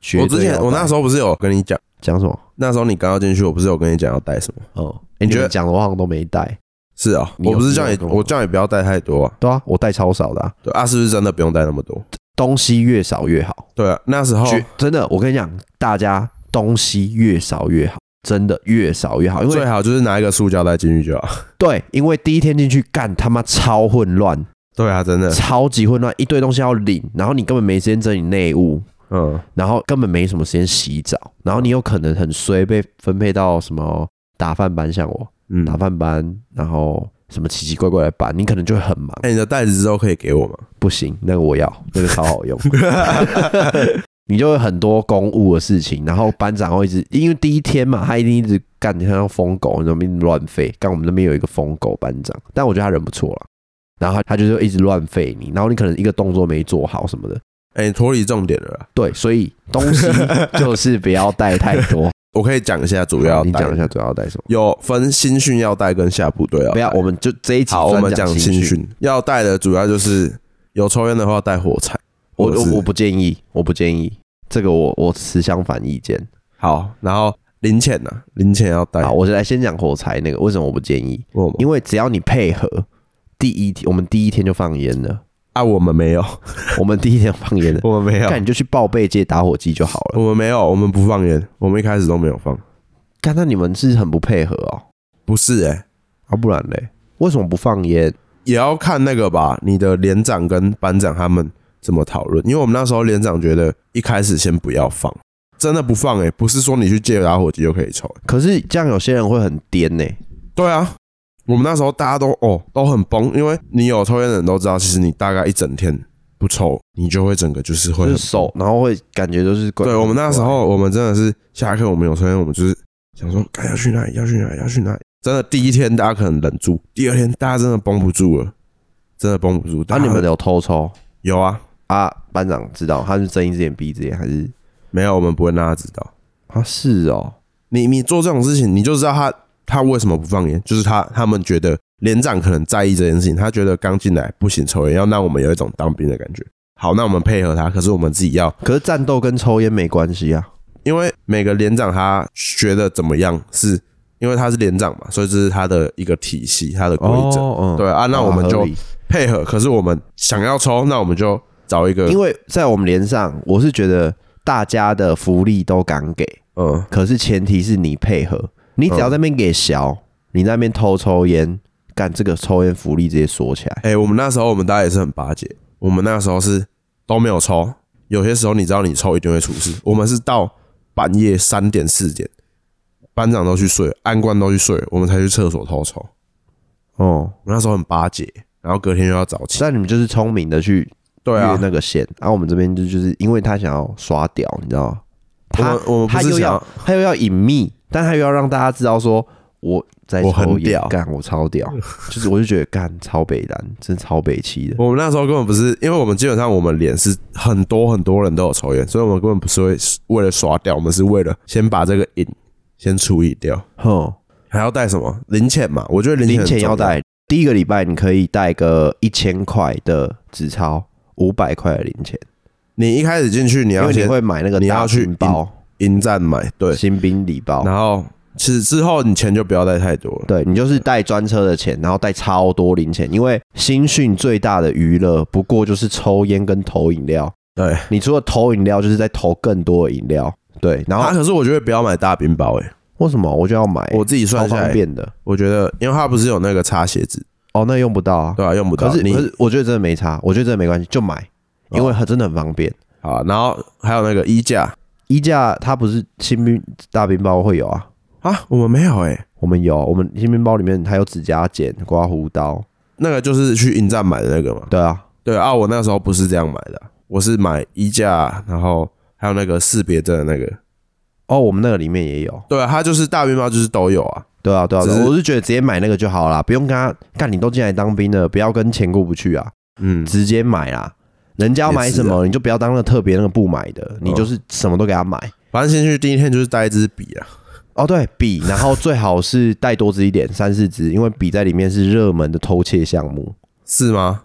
S1: 绝
S2: 我之前我那时
S1: 候
S2: 候不是有跟你讲，
S1: 讲什么？
S2: 那时时候你刚要进去，我不是有跟你讲要带什么？
S1: 哦、诶你
S2: 你觉
S1: 觉得
S2: 得
S1: 讲的我好像都没带，
S2: 是啊，
S1: 你有
S2: 我不是叫你
S1: 你有，跟我
S2: 我叫你不要带太多、啊，
S1: 对啊，我带超少的、啊，
S2: 对啊，是不是真的不用带那么多？
S1: 东西越少越好。
S2: 对啊，那时候
S1: 绝真的，我跟你讲，大家东西越少越好，真的越少越好，因
S2: 最
S1: 为
S2: 好就是拿一个塑胶袋进去就好。 (laughs)
S1: 对，因为第一天进去干他妈超混乱，
S2: 对啊，真的，
S1: (laughs) 超级混乱，一堆东西要领，然后你根本没时间整理内务，
S2: 嗯，
S1: 然后根本没什么时间洗澡，然后你有可能很衰被分配到什么打饭班，像我
S2: 嗯
S1: 打饭班，然后什么奇奇怪怪的班，你可能就会很忙。
S2: 哎、你的袋子之后可以给我吗？
S1: (laughs) 不行，那个我要，那个超好用。你就会很多公务的事情，然后班长会一直，因为第一天嘛，他一定一直干，你看到疯狗，你怎么一直乱吠？刚我们那边有一个疯狗班长，但我觉得他人不错啦。然后他他就是一直乱吠你，然后你可能一个动作没做好什么的，
S2: 哎、你脱离重点了啦，
S1: 对，所以东
S2: (laughs)
S1: 西就是不要带太多。
S2: 我可以讲一下 (laughs) 主要
S1: 好你
S2: 带
S1: 讲一下主要带什么？
S2: 有分新训要带跟下部队要带
S1: 不要，我们就这一集
S2: 好，我
S1: 专
S2: 们
S1: 讲
S2: 讲
S1: 情
S2: 新
S1: 绪。
S2: 训要带的主要就是有抽烟的话带火柴，
S1: 我
S2: 或者
S1: 我
S2: 是
S1: 我不建议，我不建议这个我我持相反意见。
S2: 好，然后零钱呢、零钱要带
S1: 好，，我来先讲火柴那个，为什么我不建议？
S2: 我
S1: 因为只要你配合，第一天我们第一天就放烟
S2: (laughs)
S1: 了，
S2: 啊我们没有，，
S1: 我们第一天放烟了
S2: 我们没有 (laughs)
S1: 那，你就去报备借打火机就好了。
S2: 我们没有，我们不放烟，我们一开始都没有放，
S1: 看，那你们是很不配合哦，
S2: 不是哎、
S1: 啊，不然嘞，为什么不放烟？
S2: 也要看那个吧，你的连长跟班长他们怎么讨论。因为我们那时候连长觉得一开始先不要放，真的不放诶、欸不是说你去借打火机就可以抽、欸
S1: 可是这样有些人会很颠呢、
S2: 对啊，我们那时候大家都哦都很崩，因为你有抽烟的人都知道，其实你大概一整天不抽，你就会整个就是
S1: 就
S2: 会很
S1: 是
S2: 崩
S1: 手，然后会感觉就是怪
S2: 对我们那时候，我们真的是下课，我们有抽烟，我们就是想说，该要去哪里，要去哪里，要去哪里。真的，第一天大家可能忍住，第二天大家真的绷不住了，真的绷不住。
S1: 啊，
S2: 大家
S1: 你们有偷抽
S2: 有啊？
S1: 啊？班长知道，他是睁一只眼闭一只眼，还是
S2: 没有，我们不会让他知道。
S1: 啊？是哦，
S2: 你你做这种事情，你就知道他他为什么不放烟，就是他他们觉得连长可能在意这件事情，他觉得刚进来不行抽烟，要让我们有一种当兵的感觉。好，那我们配合他，可是我们自己要，
S1: 可是战斗跟抽烟没关系啊。
S2: 因为每个连长他觉得怎么样，是因为他是连长嘛，所以这是他的一个体系，他的规则。
S1: 嗯
S2: 对啊，那我们
S1: 合
S2: 就
S1: 理
S2: 配合。可是我们想要抽，那我们就找一个，
S1: 因为在我们连上，我是觉得大家的福利都敢给，
S2: 嗯，
S1: 可是前提是你配合，你只要在那边给小，你在那边偷抽烟，干这个抽烟福利直接锁起来。
S2: 哎、我们那时候我们大家也是很巴结，我们那时候是都没有抽，有些时候你知道你抽一定会出事，我们是到半夜三点四点，班长都去睡了，安官都去睡了，我们才去厕所偷抽。
S1: 哦，
S2: 我那时候很巴结，然后隔天又要早起。
S1: 但你们就是聪明的去
S2: 对
S1: 越
S2: 啊，
S1: 那个线，然后、我们这边就就是因为他想要刷屌，你知道吗？
S2: 我
S1: 他
S2: 们我们不
S1: 他
S2: 是
S1: 又
S2: 想
S1: 要
S2: 要
S1: 他又要隐秘，但他又要让大家知道说我在
S2: 我很
S1: 抽烟
S2: 屌
S1: 干我超屌， (laughs) 就是我就觉得干超北蓝，真的超北气
S2: (laughs)
S1: 的。
S2: 我们那时候根本不是，因为我们基本上我们脸是很多很多人都有抽烟，所以我们根本不是会为了刷掉，我们是为了先把这个瘾先处理掉。
S1: 哼，
S2: 还要带什么零钱嘛？我觉得零钱
S1: 零
S2: 很
S1: 钱要
S2: 重
S1: 带，第一个礼拜你可以带个一千块的纸钞，五百块的零钱，
S2: 你一开始进去，你
S1: 因
S2: 要
S1: 为你
S2: 先
S1: 会买那个
S2: 你要
S1: 大
S2: 去
S1: 冰包、
S2: 银站买，对，
S1: 新兵礼包，
S2: 然后其实之后你钱就不要带太多了。
S1: 对你就是带专车的钱，然后带超多零钱，因为新训最大的娱乐不过就是抽烟跟投饮料，
S2: 对，
S1: 你除了投饮料就是在投更多的饮料，对，然后、
S2: 啊，可是我觉得不要买大冰包诶、欸
S1: 为什么我就要买？
S2: 我自己
S1: 超
S2: 算下
S1: 方
S2: 来，
S1: 便的
S2: 我觉得因为它不是有那个擦鞋子，
S1: 哦，那用不到啊。
S2: 对吧、用不到。
S1: 可是
S2: 你哦
S1: 可是我觉得真的没差，我觉得真的没关系，就买，因为它真的很方便。
S2: 啊，然后还有那个衣架
S1: 衣架它不是新兵大冰包会有啊，
S2: 啊，我们没有诶、
S1: 我们有，我们新兵包里面还有指甲剪、刮胡刀，
S2: 那个就是去银站买的那个嘛。
S1: 对啊，
S2: 对啊，我那时候不是这样买的，啊我是买衣架，啊然后还有那个识别证的那个。
S1: 哦，我们那个里面也有，
S2: 对啊，它就是大冰包就是都有啊。
S1: 对啊，对啊，
S2: 只
S1: 对
S2: 是
S1: 啊我是觉得直接买那个就好啦，不用跟他干，你都进来当兵了，不要跟钱过不去啊，
S2: 嗯，
S1: 直接买啦。人家要买什
S2: 也啊哦
S1: 么，你就不要当那个特别那个不买的，你就是什么都给他买。
S2: 反正先去第一天就是带一支笔啊。
S1: 哦，对笔，然后最好是带多支一点，三四支，因为笔在里面是热门的偷窃项目。
S2: 是吗？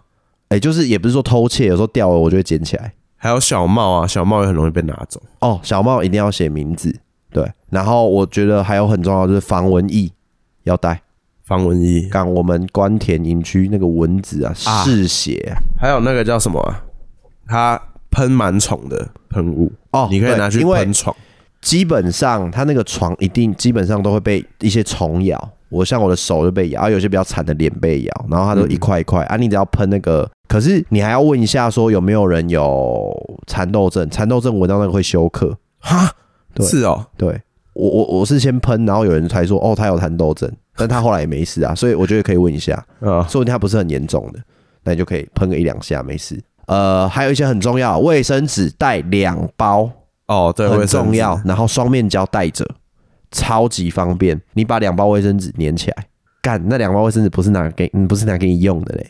S1: 哎，就是也不是说偷窃，有时候掉了我就会捡起来。
S2: 还有小帽啊，小帽也很容易被拿走。
S1: 哦，小帽一定要写名字，对。然后我觉得还有很重要就是防蚊液要带，
S2: 防蚊衣，
S1: 干我们关田营区那个蚊子啊，
S2: 啊
S1: 嗜血
S2: 还有那个叫什么、啊？它喷螨虫的喷雾，
S1: 哦，
S2: 你可以
S1: 对
S2: 拿去
S1: 因为
S2: 喷床。
S1: 基本上它那个床一定基本上都会被一些虫咬。我像我的手就被咬，啊，有些比较惨的脸被咬，然后它都一块一块、啊。你只要喷那个，可是你还要问一下说有没有人有蚕豆症？蚕豆症闻到那个会休克。
S2: 哈，
S1: 对
S2: 是哦，
S1: 对我我我是先喷，然后有人才说哦他有蚕豆症，但他后来也没事啊，所以我觉得可以问一下，
S2: 啊，
S1: 说不定他不是很严重的，那你就可以喷个一两下没事。呃，还有一些很重要，卫生纸带两包，
S2: 哦，对，
S1: 很
S2: 卫生纸
S1: 重要。。然后双面胶带着，超级方便。你把两包卫生纸粘起来，干那两包卫生纸不是拿给，嗯不是拿给你用的嘞，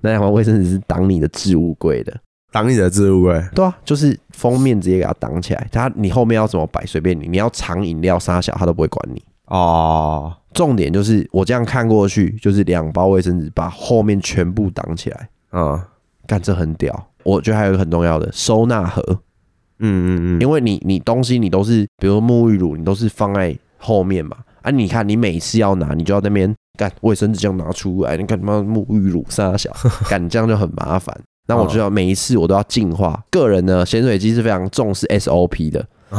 S1: 那两包卫生纸是挡你的置物柜的。
S2: 挡你的置物哎柜，
S1: 对啊，就是封面直接给它挡起来，它你后面要怎么摆随便你，你要藏饮料、沙小，它都不会管你。
S2: 哦，
S1: 重点就是我这样看过去，就是两包卫生纸把后面全部挡起来，
S2: 啊，
S1: 干这很屌。我觉得还有一个很重要的收纳盒，
S2: 嗯嗯嗯，
S1: 因为你你东西你都是，比如说沐浴乳，你都是放在后面嘛。啊，你看你每次要拿，你就要那边干卫生纸这样拿出来，你干什么沐浴乳啥小，干你这样就很麻烦。那我就要每一次我都要进化。个人呢，咸水鸡是非常重视 SOP 的。 (laughs)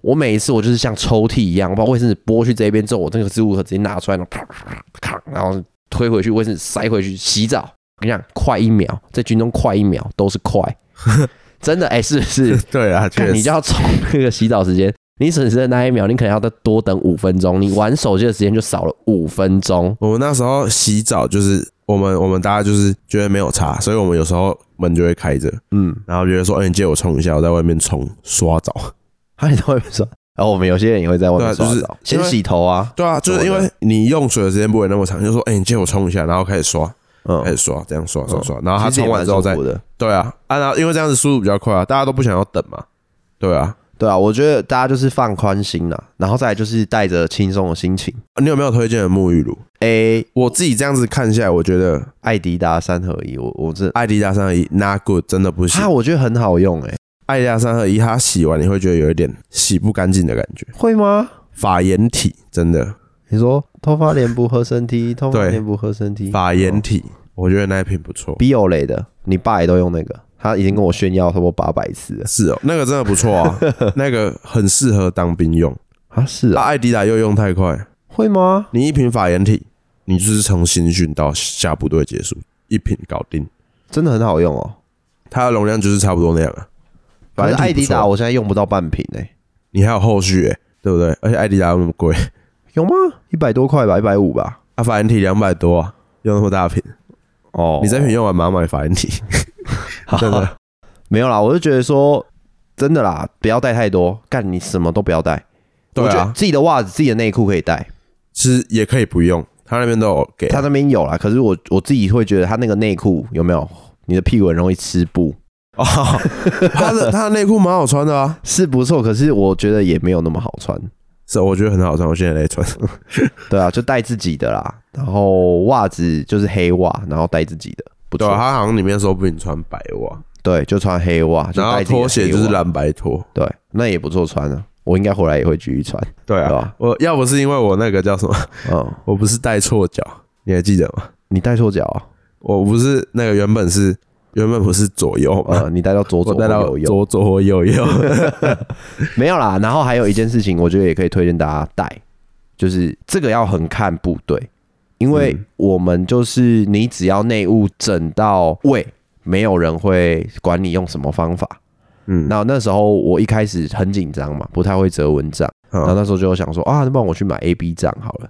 S1: 我每一次我就是像抽屉一样，我把卫生纸拨去这边之后，我这个置物盒直接拿出来，然后啪啪啪咔然后推回去，卫生纸塞回去，洗澡。我跟你讲，快一秒，在军中快一秒都是快，真的哎、是不是？
S2: 对啊，
S1: 看
S2: 确
S1: 你
S2: 实
S1: 就，要从那个洗澡时间，你损失的那一秒，你可能要再多等五分钟，你玩手机的时间就少了五分钟。
S2: 我们那时候洗澡就是我们我们大家就是觉得没有差，所以我们有时候门就会开着，
S1: 嗯，
S2: 然后觉得说，哎，你借我冲一下，我在外面冲刷澡。
S1: 他也在外面刷，然哦后我们有些人也会在外面
S2: 对
S1: 刷
S2: 啊就是
S1: 澡，
S2: 因
S1: 先
S2: 为
S1: 洗头啊。
S2: 对啊， (laughs) 就是因为你用水的时间不会那么长，就说，哎，你借我冲一下，然后开始刷，
S1: 嗯
S2: 开，始刷，这样刷刷刷，然后他
S1: 其实也
S2: 冲完
S1: 蛮
S2: 之后
S1: 舒
S2: 再
S1: 服的。
S2: 对啊，啊，然后因为这样子速度比较快啊，大家都不想要等嘛。对啊，
S1: 对啊，我觉得大家就是放宽心啦，然后再来就是带着轻松的心情。
S2: 你有没有推荐的沐浴乳？
S1: A
S2: 我自己这样子看下来，我觉得
S1: 艾迪达三合一，我我这
S2: 艾迪达三合一 not good 真的不行
S1: 啊，。我觉得很好用诶、欸
S2: 艾迪达三合一它洗完你会觉得有一点洗不干净的感觉，
S1: 会吗？
S2: 发炎体真的
S1: 你说头发脸不合身体，头发
S2: 对
S1: 脸不合身体，
S2: 发炎体，
S1: 哦
S2: 我觉得那一瓶不错。
S1: Biore 的，你爸也都用那个，他已经跟我炫耀差不多八百次了
S2: 是哦，那个真的不错
S1: (laughs)
S2: 啊，那个很适合当兵用。
S1: 啊！是
S2: 那
S1: 啊，
S2: 艾迪达又用太快，
S1: 会吗？
S2: 你一瓶发炎体，你就是从新训到下部队结束，一瓶搞定。
S1: 真的很好用哦。
S2: 它的容量就是差不多那样啊。
S1: 反正
S2: 反正挺不错
S1: 艾迪达我现在用不到半瓶欸诶、
S2: 你还有后续、欸，对不对？而且艾迪达那么贵，
S1: 有吗？一百多块吧，一百五吧。
S2: 啊，法兰体两百多啊，用那么大瓶，
S1: 哦
S2: 你
S1: (laughs)
S2: 这瓶用完马上买法兰体，真的
S1: 没有啦，我就觉得说真的啦，不要带太多，干你什么都不要带。
S2: 对
S1: 我觉得
S2: 啊。
S1: 自己的袜子、自己的内裤可以带，
S2: 是也可以不用，他那边都有给啊。
S1: 他那边有啦，可是我我自己会觉得他那个内裤有没有，你的屁股很容易吃布，
S2: 哦，他的他的内裤蛮好穿的啊，
S1: (laughs) 是不错，可是我觉得也没有那么好穿。
S2: 是我觉得很好穿，我现在在穿。
S1: 对啊，就带自己的啦，然后袜子就是黑袜，然后带自己的，不
S2: 对
S1: 错。
S2: 啊，他好像里面说不许穿白袜，
S1: 对，就穿黑袜，就
S2: 然后
S1: 带自己的
S2: 拖鞋就是
S1: 黑袜
S2: 蓝白拖。
S1: 对，那也不错穿啊。我应该回来也会继续穿，
S2: 对
S1: 对
S2: 啊，
S1: 吧？
S2: 我要不是因为我那个叫什么，
S1: 嗯，
S2: 我不是带错脚，你还记得吗？
S1: 你带错脚啊，
S2: 我不是那个原本是原本不是左右吗？
S1: 呃，你带到左
S2: (laughs) 我
S1: 左
S2: 带到
S1: 右右，
S2: 左左或右右，
S1: 没有啦。然后还有一件事情，我觉得也可以推荐大家带，就是这个要很看部队，因为
S2: 嗯
S1: 我们就是你只要内务整到位，没有人会管你用什么方法。
S2: (laughs) 嗯，
S1: 那那时候我一开始很紧张嘛，不太会折蚊帐，然后
S2: 好
S1: 那时候就有想说啊，那帮我去买 A B 帐好了，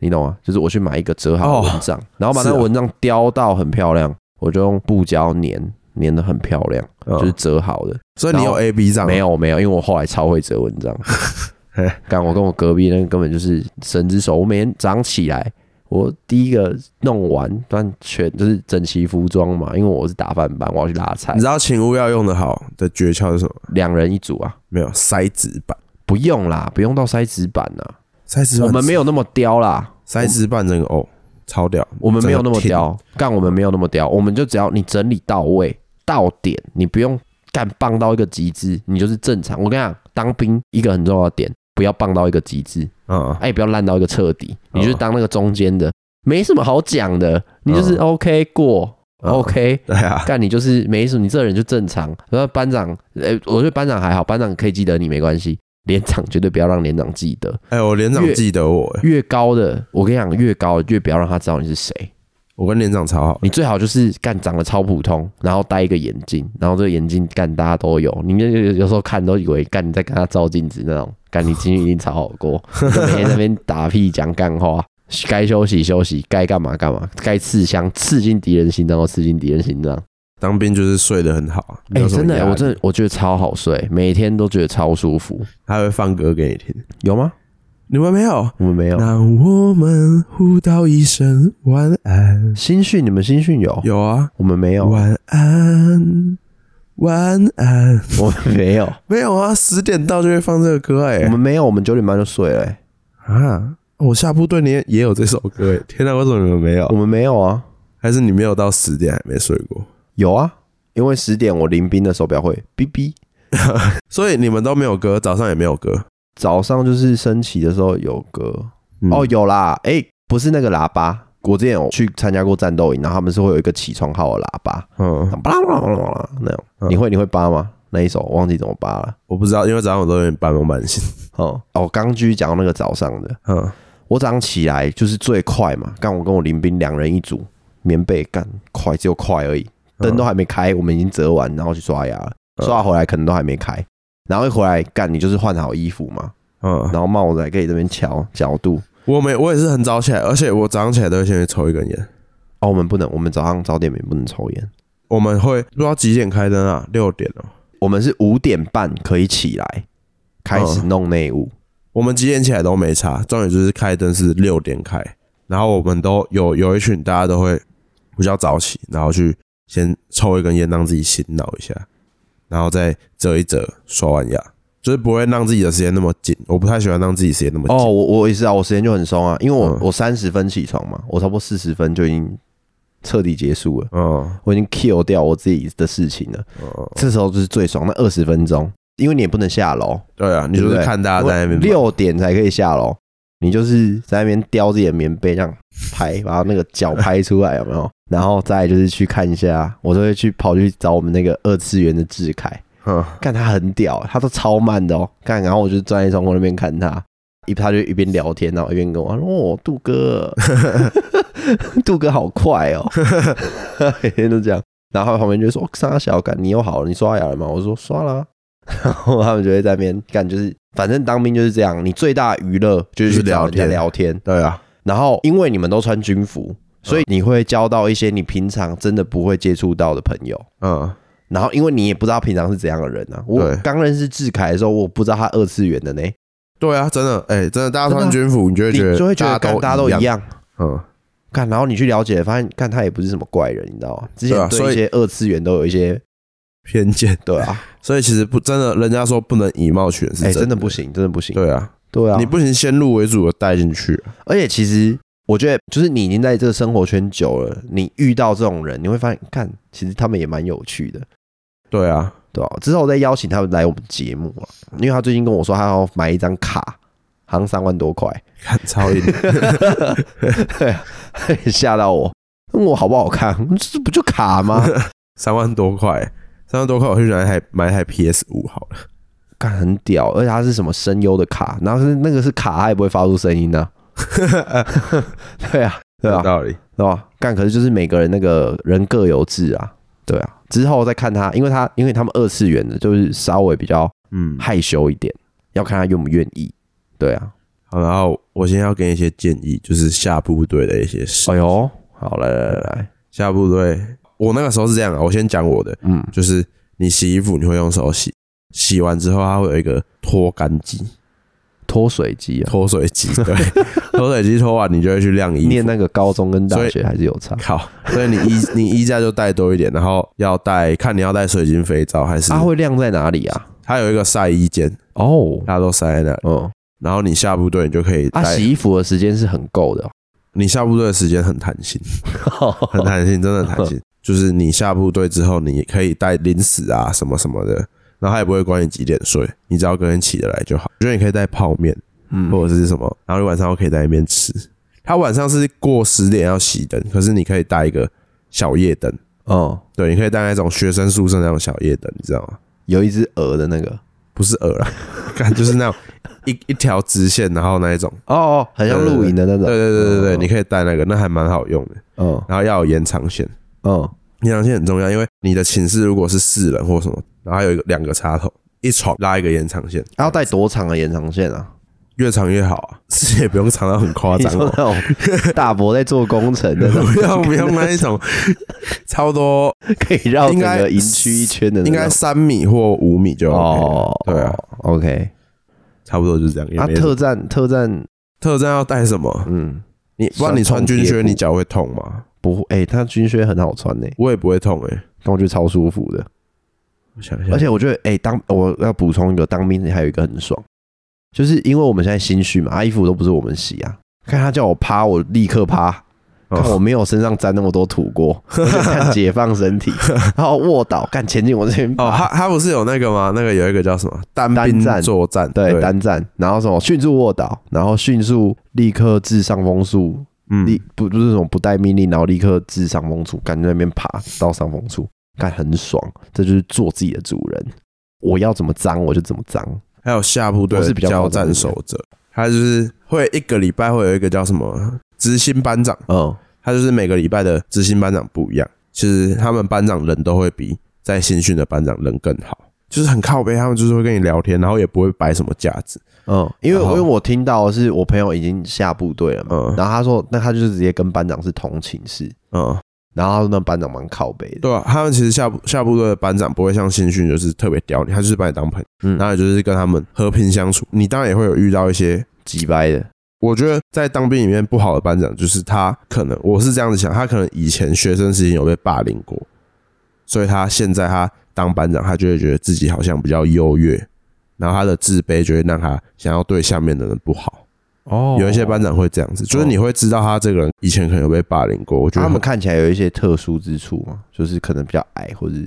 S1: 你懂吗？就是我去买一个折好的蚊帐，然后把那
S2: 是
S1: 个
S2: 啊
S1: 蚊帐雕到很漂亮，我就用布胶粘，粘的很漂亮，就是
S2: 嗯
S1: 折好的。
S2: 所以你
S1: 然
S2: 有
S1: 后
S2: A B 账
S1: 没？有没有，因为我后来超会折蚊帐
S2: (laughs) 嘿。
S1: 干，我跟我隔壁那个根本就是神之手。我每天早上起来，我第一个弄完，但全就是整齐服装嘛，因为我是打饭班，我要去拉菜
S2: 你，知道请勿要用的好的诀窍是什么？
S1: 两人一组啊，
S2: 没有塞纸板，
S1: 不用啦，不用到塞纸板啦，
S2: 塞纸
S1: 我
S2: 板，
S1: 们没有那么刁啦，
S2: 塞纸板整个哦，超屌，
S1: 我们没有那么
S2: 整个挺
S1: 刁，干我们没有那么刁，我们就只要你整理到位到点，你不用干棒到一个极致，你就是正常。我跟你讲，当兵一个很重要的点，不要棒到一个极致，
S2: 嗯，
S1: 哎，也不要烂到一个彻底，你就是
S2: 嗯
S1: 当那个中间的，没什么好讲的，你就是
S2: 嗯
S1: OK 过
S2: 嗯
S1: OK。
S2: 对啊，
S1: 干你就是没什么，你这人就正常。然后班长，呃、我觉得班长还好，班长可以记得你没关系。连长绝对不要让连长记得，
S2: 哎，我连长
S1: 越
S2: 记得我，哎
S1: 越高的，我跟你讲，越高的越不要让他知道你是谁。
S2: 我跟连长超好，
S1: 你最好就是干长得超普通，然后戴一个眼镜，然后这个眼镜干大家都有，你们有有时候看都以为干你在跟他照镜子那种，干你今天一定超好 (laughs) 过，你就每天在那边打屁讲干话，该休息休息，该干嘛干嘛，该刺伤刺进敌人心脏就刺进敌人心脏。
S2: 当兵就是睡得很好啊，没
S1: 哎、
S2: 有什么
S1: 真的、
S2: 压力
S1: 我真的我觉得超好睡，每天都觉得超舒服，
S2: 他还会放歌给你听，
S1: 有吗？
S2: 你们没有？
S1: 我们没有。
S2: 让我们互道一声晚安。
S1: 新训你们新训有？
S2: 有啊，
S1: 我们没有，
S2: 晚安，晚安。
S1: 我们没有，
S2: 没有啊，十点到就会放这个歌哎、
S1: 我们没有，我们九点半就睡了、哎
S2: 啊，我下部队你也也有这首歌哎、天哪，为什么你们没
S1: 我
S2: 有？
S1: 们没有啊。
S2: 还是你没有到十点还没睡过？
S1: 有啊，因为十点我临兵的手表会哔哔，
S2: 所以你们都没有歌，早上也没有歌。
S1: 早上就是升旗的时候有歌、
S2: 嗯
S1: 哦，，有啦，哎、不是那个喇叭，我之前有去参加过战斗营，然后他们是会有一个起床号的喇叭，
S2: 嗯，
S1: 巴拉巴拉巴拉巴拉那种，
S2: 嗯
S1: 你会你会扒吗？那一首我忘记怎么扒了。
S2: 我不知道，因为早上我都有点半梦半醒。
S1: 哦、哦，刚继续讲到那个早上的，
S2: 嗯，
S1: 我早上起来就是最快嘛，干我跟我林兵两人一组，棉被干快只有快而已，灯都还没开，我们已经折完，然后去刷牙了，
S2: 嗯
S1: 刷回来可能都还没开，然后一回来干你就是换好衣服嘛，
S2: 嗯，
S1: 然后帽子还可以这边调角度。
S2: 我没，我也是很早起来，而且我早上起来都会先去抽一根烟。
S1: 哦，我们不能，我们早上早点也不能抽烟，
S2: 我们会不知道几点开灯啊？六点哦、
S1: 我们是五点半可以起来开始弄内务。
S2: 我们几点起来都没差，重点就是开灯是六点开，然后我们都有有一群大家都会比较早起，然后去先抽一根烟让自己醒脑一下，然后再折一折，刷完牙，就是不会让自己的时间那么紧。我不太喜欢让自己时间那么紧。
S1: 哦，我我也是啊，我时间就很松啊，因为我、
S2: 嗯
S1: 我三十分起床嘛，我差不多四十分就已经彻底结束了，
S2: 嗯，
S1: 我已经 kill 掉我自己的事情了。
S2: 嗯，
S1: 这时候就是最爽，那二十分钟，因为你也不能下楼，
S2: 对啊，你就
S1: 对
S2: 是
S1: 不对
S2: 看大家在那边嘛，
S1: 六点才可以下楼，你就是在那边叼自己的棉被这样拍，把那个脚拍出来，有没有？然后再来就是去看一下，我都会去跑去找我们那个二次元的志凯，
S2: 嗯，
S1: 看他很屌，他都超慢的哦，看，然后我就站在窗户那边看他，一他就一边聊天，然后一边跟我说：“哦，杜哥， (laughs) 杜哥好快哦，每天都这样。”然后他旁边就说：“哦沙小干，你又好了，你刷牙了吗？”我说：“刷啦。” (laughs) 然后他们就会在那边干，就是反正当兵就是这样，你最大的娱乐就是去找人家
S2: 就是聊天
S1: 聊天。
S2: 对啊，
S1: 然后因为你们都穿军服，所以你会交到一些你平常真的不会接触到的朋友。
S2: 嗯，
S1: 然后因为你也不知道他平常是怎样的人啊，我
S2: 对
S1: 刚认识志凯的时候，我不知道他二次元的呢，
S2: 对啊，真的，哎、真的，大家
S1: 真的
S2: 穿军服，你就会
S1: 你
S2: 觉得
S1: 就会觉得干大家都一
S2: 一，
S1: 样，
S2: 嗯，
S1: 干，然后你去了解，发现干他也不是什么怪人，你知道吗？之
S2: 对啊
S1: 前对
S2: 所以
S1: 一些二次元都有一些
S2: 偏见。
S1: 对啊，
S2: 所以其实不真的，人家说不能以貌取人 (laughs) 是
S1: 哎，
S2: 真
S1: 真的不行，真的不行，
S2: 对啊，
S1: 对啊，
S2: 你不行，先入为主的带进去，
S1: 而且其实我觉得，就是你已经在这个生活圈久了，你遇到这种人，你会发现，看，其实他们也蛮有趣的，
S2: 对啊，
S1: 对吧、之后我再邀请他们来我们节目啊，因为他最近跟我说，他要买一张卡，好像三万多块，
S2: 看超硬，
S1: (laughs) 吓到我。问我好不好看？这不就卡吗？
S2: (laughs) 三万多块，三万多块，我去买一台买一台 PS 五好了，
S1: 看很屌，而且它是什么声优的卡，然后是那个是卡，它也不会发出声音呢、 (laughs) 对啊，对
S2: 有
S1: 啊，
S2: 道理，
S1: 对吧？干，可是就是每个人那个人各有志啊，对啊。之后再看他，因为他因为他们二次元的，就是稍微比较
S2: 嗯，
S1: 害羞一点，要看他愿不愿意。对啊，
S2: 好，然后我现在要给你一些建议，就是下部队的一些事。
S1: 哎呦，好来来来来，
S2: 下部队，我那个时候是这样啊，我先讲我的，
S1: 嗯，
S2: 就是你洗衣服你会用手洗，洗完之后它会有一个脱干机、
S1: 脱水机啊，
S2: 脱水
S1: (laughs)
S2: 机，对，脱水机脱完你就会去晾衣
S1: 念
S2: 服。
S1: 那个高中跟
S2: 所
S1: 大
S2: 以
S1: 学还是有差。
S2: 靠，所以你衣你衣架就带多一点，然后要带看你要带水晶肥皂还是
S1: 它、会晾在哪里啊？
S2: 它有一个晒衣间，
S1: 哦，
S2: 大家都晒在那里，
S1: 嗯，
S2: 然后你下部队你就可以
S1: 啊，
S2: 带
S1: 洗衣服的时间是很够 (laughs) 的
S2: 你下部队的时间很弹 (laughs) 性，
S1: 哦、
S2: 很弹性，真的很弹性。 (laughs) 就是你下部队之后，你可以带零食啊什么什么的，然后他也不会管你几点睡，你只要跟人起得来就好。我觉得你可以带泡面
S1: 嗯，
S2: 或者是什么，然后你晚上可以在那边吃。他晚上是过十点要熄灯，可是你可以带一个小夜灯，
S1: 嗯，
S2: 对，你可以带那种学生宿舍那种小夜灯，你知道吗？
S1: 有一只鹅的那个，
S2: 不是鹅啦， (laughs) 看就是那种一一条直线，然后那一种，
S1: 哦哦，很像露营的那种。
S2: 对对对对对，
S1: 嗯
S2: 你可以带那个，那还蛮好用的。
S1: 嗯
S2: 然后要有延长线，
S1: 嗯
S2: 延长线很重要，因为你的寝室如果是四人或什么，然后有一个两个插头，一床拉一个延长线，
S1: 要带多长的延长线
S2: (laughs)
S1: 啊？
S2: 越长越好啊， (laughs) 是也不用长到很夸
S1: 你
S2: 张
S1: 说
S2: 哦
S1: 那，种 (laughs) 大伯在做工程的那种，
S2: (laughs) 不要不用那一种，差不 (laughs) 多
S1: (laughs) 可以绕整
S2: 应该
S1: 个营区一圈的那
S2: 应
S1: 种，
S2: 该三米或五米就 OK，了、
S1: 哦，
S2: 对啊
S1: ，OK。
S2: 差不多就是这样。也
S1: 啊，
S2: 没什么
S1: 特战特战，
S2: 特战要带什么？
S1: 嗯，
S2: 你不然你穿军
S1: 酸
S2: 靴，
S1: 痛
S2: 你脚会痛吗？
S1: 不会，哎，他军靴很好穿呢，
S2: 我也不会痛欸诶、
S1: 但我觉得超舒服的。
S2: 我想一下，
S1: 而且我觉得，哎，当我要补充一个，当兵还有一个很爽，就是因为我们现在新训嘛，啊，衣服都不是我们洗啊，看他叫我趴，我立刻趴，看我
S2: 哦
S1: 没有身上沾那么多土过，我就看解放身
S2: (laughs)
S1: 体，然后卧倒，干前进我这边
S2: 哦，
S1: 爬
S2: 他他不是有那个吗？那个有一个叫什么单
S1: 单
S2: 兵
S1: 战
S2: 作战？
S1: 对单站，然后什么迅速卧倒，然后迅速立刻致上风速，
S2: 嗯
S1: 立不不是那种不带命令，然后立刻致上风处，干在那边爬到上风处，干很爽，这就是做自己的主人，我要怎么脏我就怎么脏，
S2: 还有下部队
S1: 我
S2: 的
S1: 是比较
S2: 交
S1: 高中
S2: 战
S1: 的
S2: 守则，他就是会一个礼拜会有一个叫什么执行班长，
S1: 嗯
S2: 他就是每个礼拜的执行班长不一样，其实他们班长人都会比在新训的班长人更好，就是很靠背，他们就是会跟你聊天，然后也不会摆什么架子，
S1: 嗯，因为
S2: 然
S1: 我
S2: 后
S1: 因为我听到的是我朋友已经下部队了嘛，
S2: 嗯
S1: 然后他说那他就是直接跟班长是同寝室，
S2: 嗯，
S1: 然后他说那班长蛮靠北的，
S2: 对啊，他们其实下部下部队的班长不会像新训就是特别刁你，他就是把你当朋友，
S1: 嗯
S2: 然后你就是跟他们和平相处，你当然也会有遇到一些
S1: 鸡掰的，
S2: 我觉得在当兵里面不好的班长，就是他可能我是这样子想，他可能以前学生时期有被霸凌过，所以他现在他当班长，他就会觉得自己好像比较优越，然后他的自卑就会让他想要对下面的人不好。
S1: 哦
S2: 有一些班长会这样子，就是你会知道他这个人以前可能有被霸凌过。我觉得
S1: 他
S2: 很
S1: 们看起来有一些特殊之处嘛，就是可能比较矮或者
S2: (laughs)
S1: 是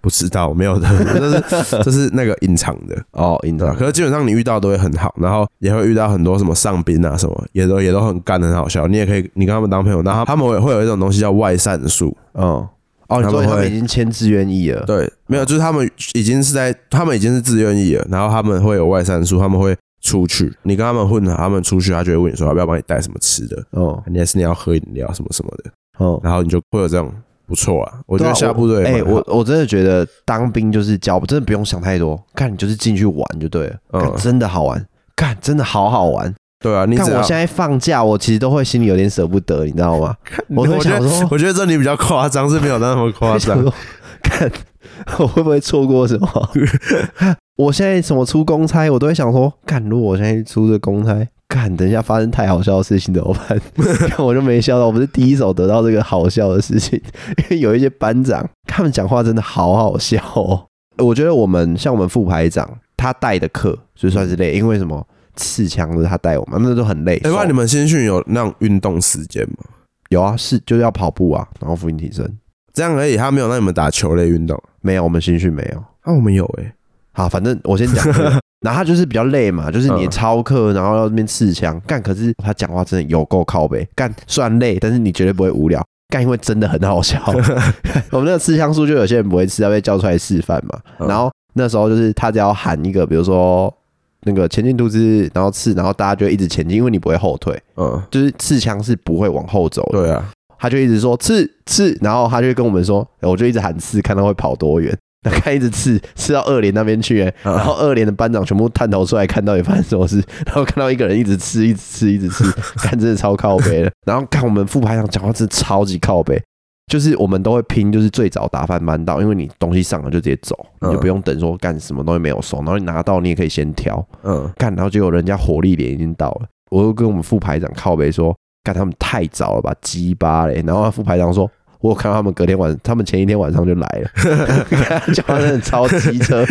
S2: 不知道，没有的， (laughs) 这是这是那个隐藏的，
S1: 哦，你知
S2: 对吧啊
S1: 道？
S2: 可是基本上你遇到都会很好，然后也会遇到很多什么上宾啊什么，也都也都很干，很好笑。你也可以，你跟他们当朋友，然后他们会会有一种东西叫外散术，
S1: 嗯，哦，你
S2: 他
S1: 说
S2: 们
S1: 他
S2: 会
S1: 们已经签志愿役了，
S2: 对，没有，就是他们已经是在，他们已经是自愿意了，然后他们会有外散术，他们会出去，你跟他们混好，他们出去，他就会问你说要不要帮你带什么吃的，
S1: 嗯
S2: 你还是你要喝饮料什么什么的，
S1: 嗯，
S2: 然后你就会有这种不错啊，我
S1: 我
S2: 觉得下部队也
S1: 哎、
S2: 蛮好
S1: 我我真的觉得当兵就是教，真的不用想太多，看你就是进去玩就对了，
S2: 嗯
S1: 干真的好玩，干真的好好玩。
S2: 对啊，你
S1: 看
S2: 只要
S1: 我现在放假，我其实都会心里有点舍不得，你知
S2: (laughs)
S1: 道吗？我
S2: 我
S1: 都
S2: 觉
S1: 想
S2: 得
S1: 说，
S2: (laughs) 我觉得这里比较夸张，是没有那么夸
S1: (laughs) 我想
S2: 张，
S1: 说，看我会不会错过什么？ (laughs) 我现在什么出公差，我都会想说，干，如果我现在出这公差，干，等一下发生太好笑的事情怎么办？ (laughs) 干我就没笑到，我不是第一手得到这个好笑的事情， (laughs) 因为有一些班长他们讲话真的好好笑哦。我觉得我们像我们副排长他带的课就算是累，因为什么刺枪都是他带我们，那都很累。
S2: 哎、不然你们新训有那种运动时间吗？
S1: 有啊，是就是要跑步啊，然后俯卧挺身。
S2: 这样而已，他没有让你们打球类运动。
S1: 没有，我们新训没有。
S2: 啊，我们有哎、
S1: 好，反正我先
S2: (laughs)
S1: 讲这个。然后他就是比较累嘛，就是你
S2: 嗯
S1: 超课，然后要那边刺枪干。可是他讲话真的有够靠背，干虽然累，但是你绝对不会无聊。干，因为真的很好
S2: (laughs)
S1: 笑。我们那个刺枪术，就有些人不会吃，要被叫出来示范嘛。
S2: 嗯
S1: 然后那时候就是他只要喊一个，比如说那个前进突刺，然后刺，然后大家就一直前进，因为你不会后退，
S2: 嗯，
S1: 就是刺枪是不会往后走的。
S2: 对啊，
S1: 他就一直说刺刺，然后他就跟我们说，呃我就一直喊刺，看他会跑多远。 (laughs) 那看一直刺刺到二连那边去、欸，然后二连的班长全部探头出来看到底发生什么事， (laughs) 然后看到一个人一直刺，一直刺，一直刺， (laughs) 看真的超靠北的。 (laughs) 然后看我们副排长讲话真的超级靠北，就是我们都会拼，就是最早打饭班到，因为你东西上了就直接走，你就
S2: 嗯
S1: 不用等说干什么东西没有收，然后你拿到你也可以先挑。
S2: 嗯，
S1: 干，然后结果人家火力点已经到了，我又跟我们副排长靠北说，干他们太早了吧，鸡巴嘞。然后副排长说，我有看到他们隔天晚，他们前一天晚上就来了，叫他真的超机车。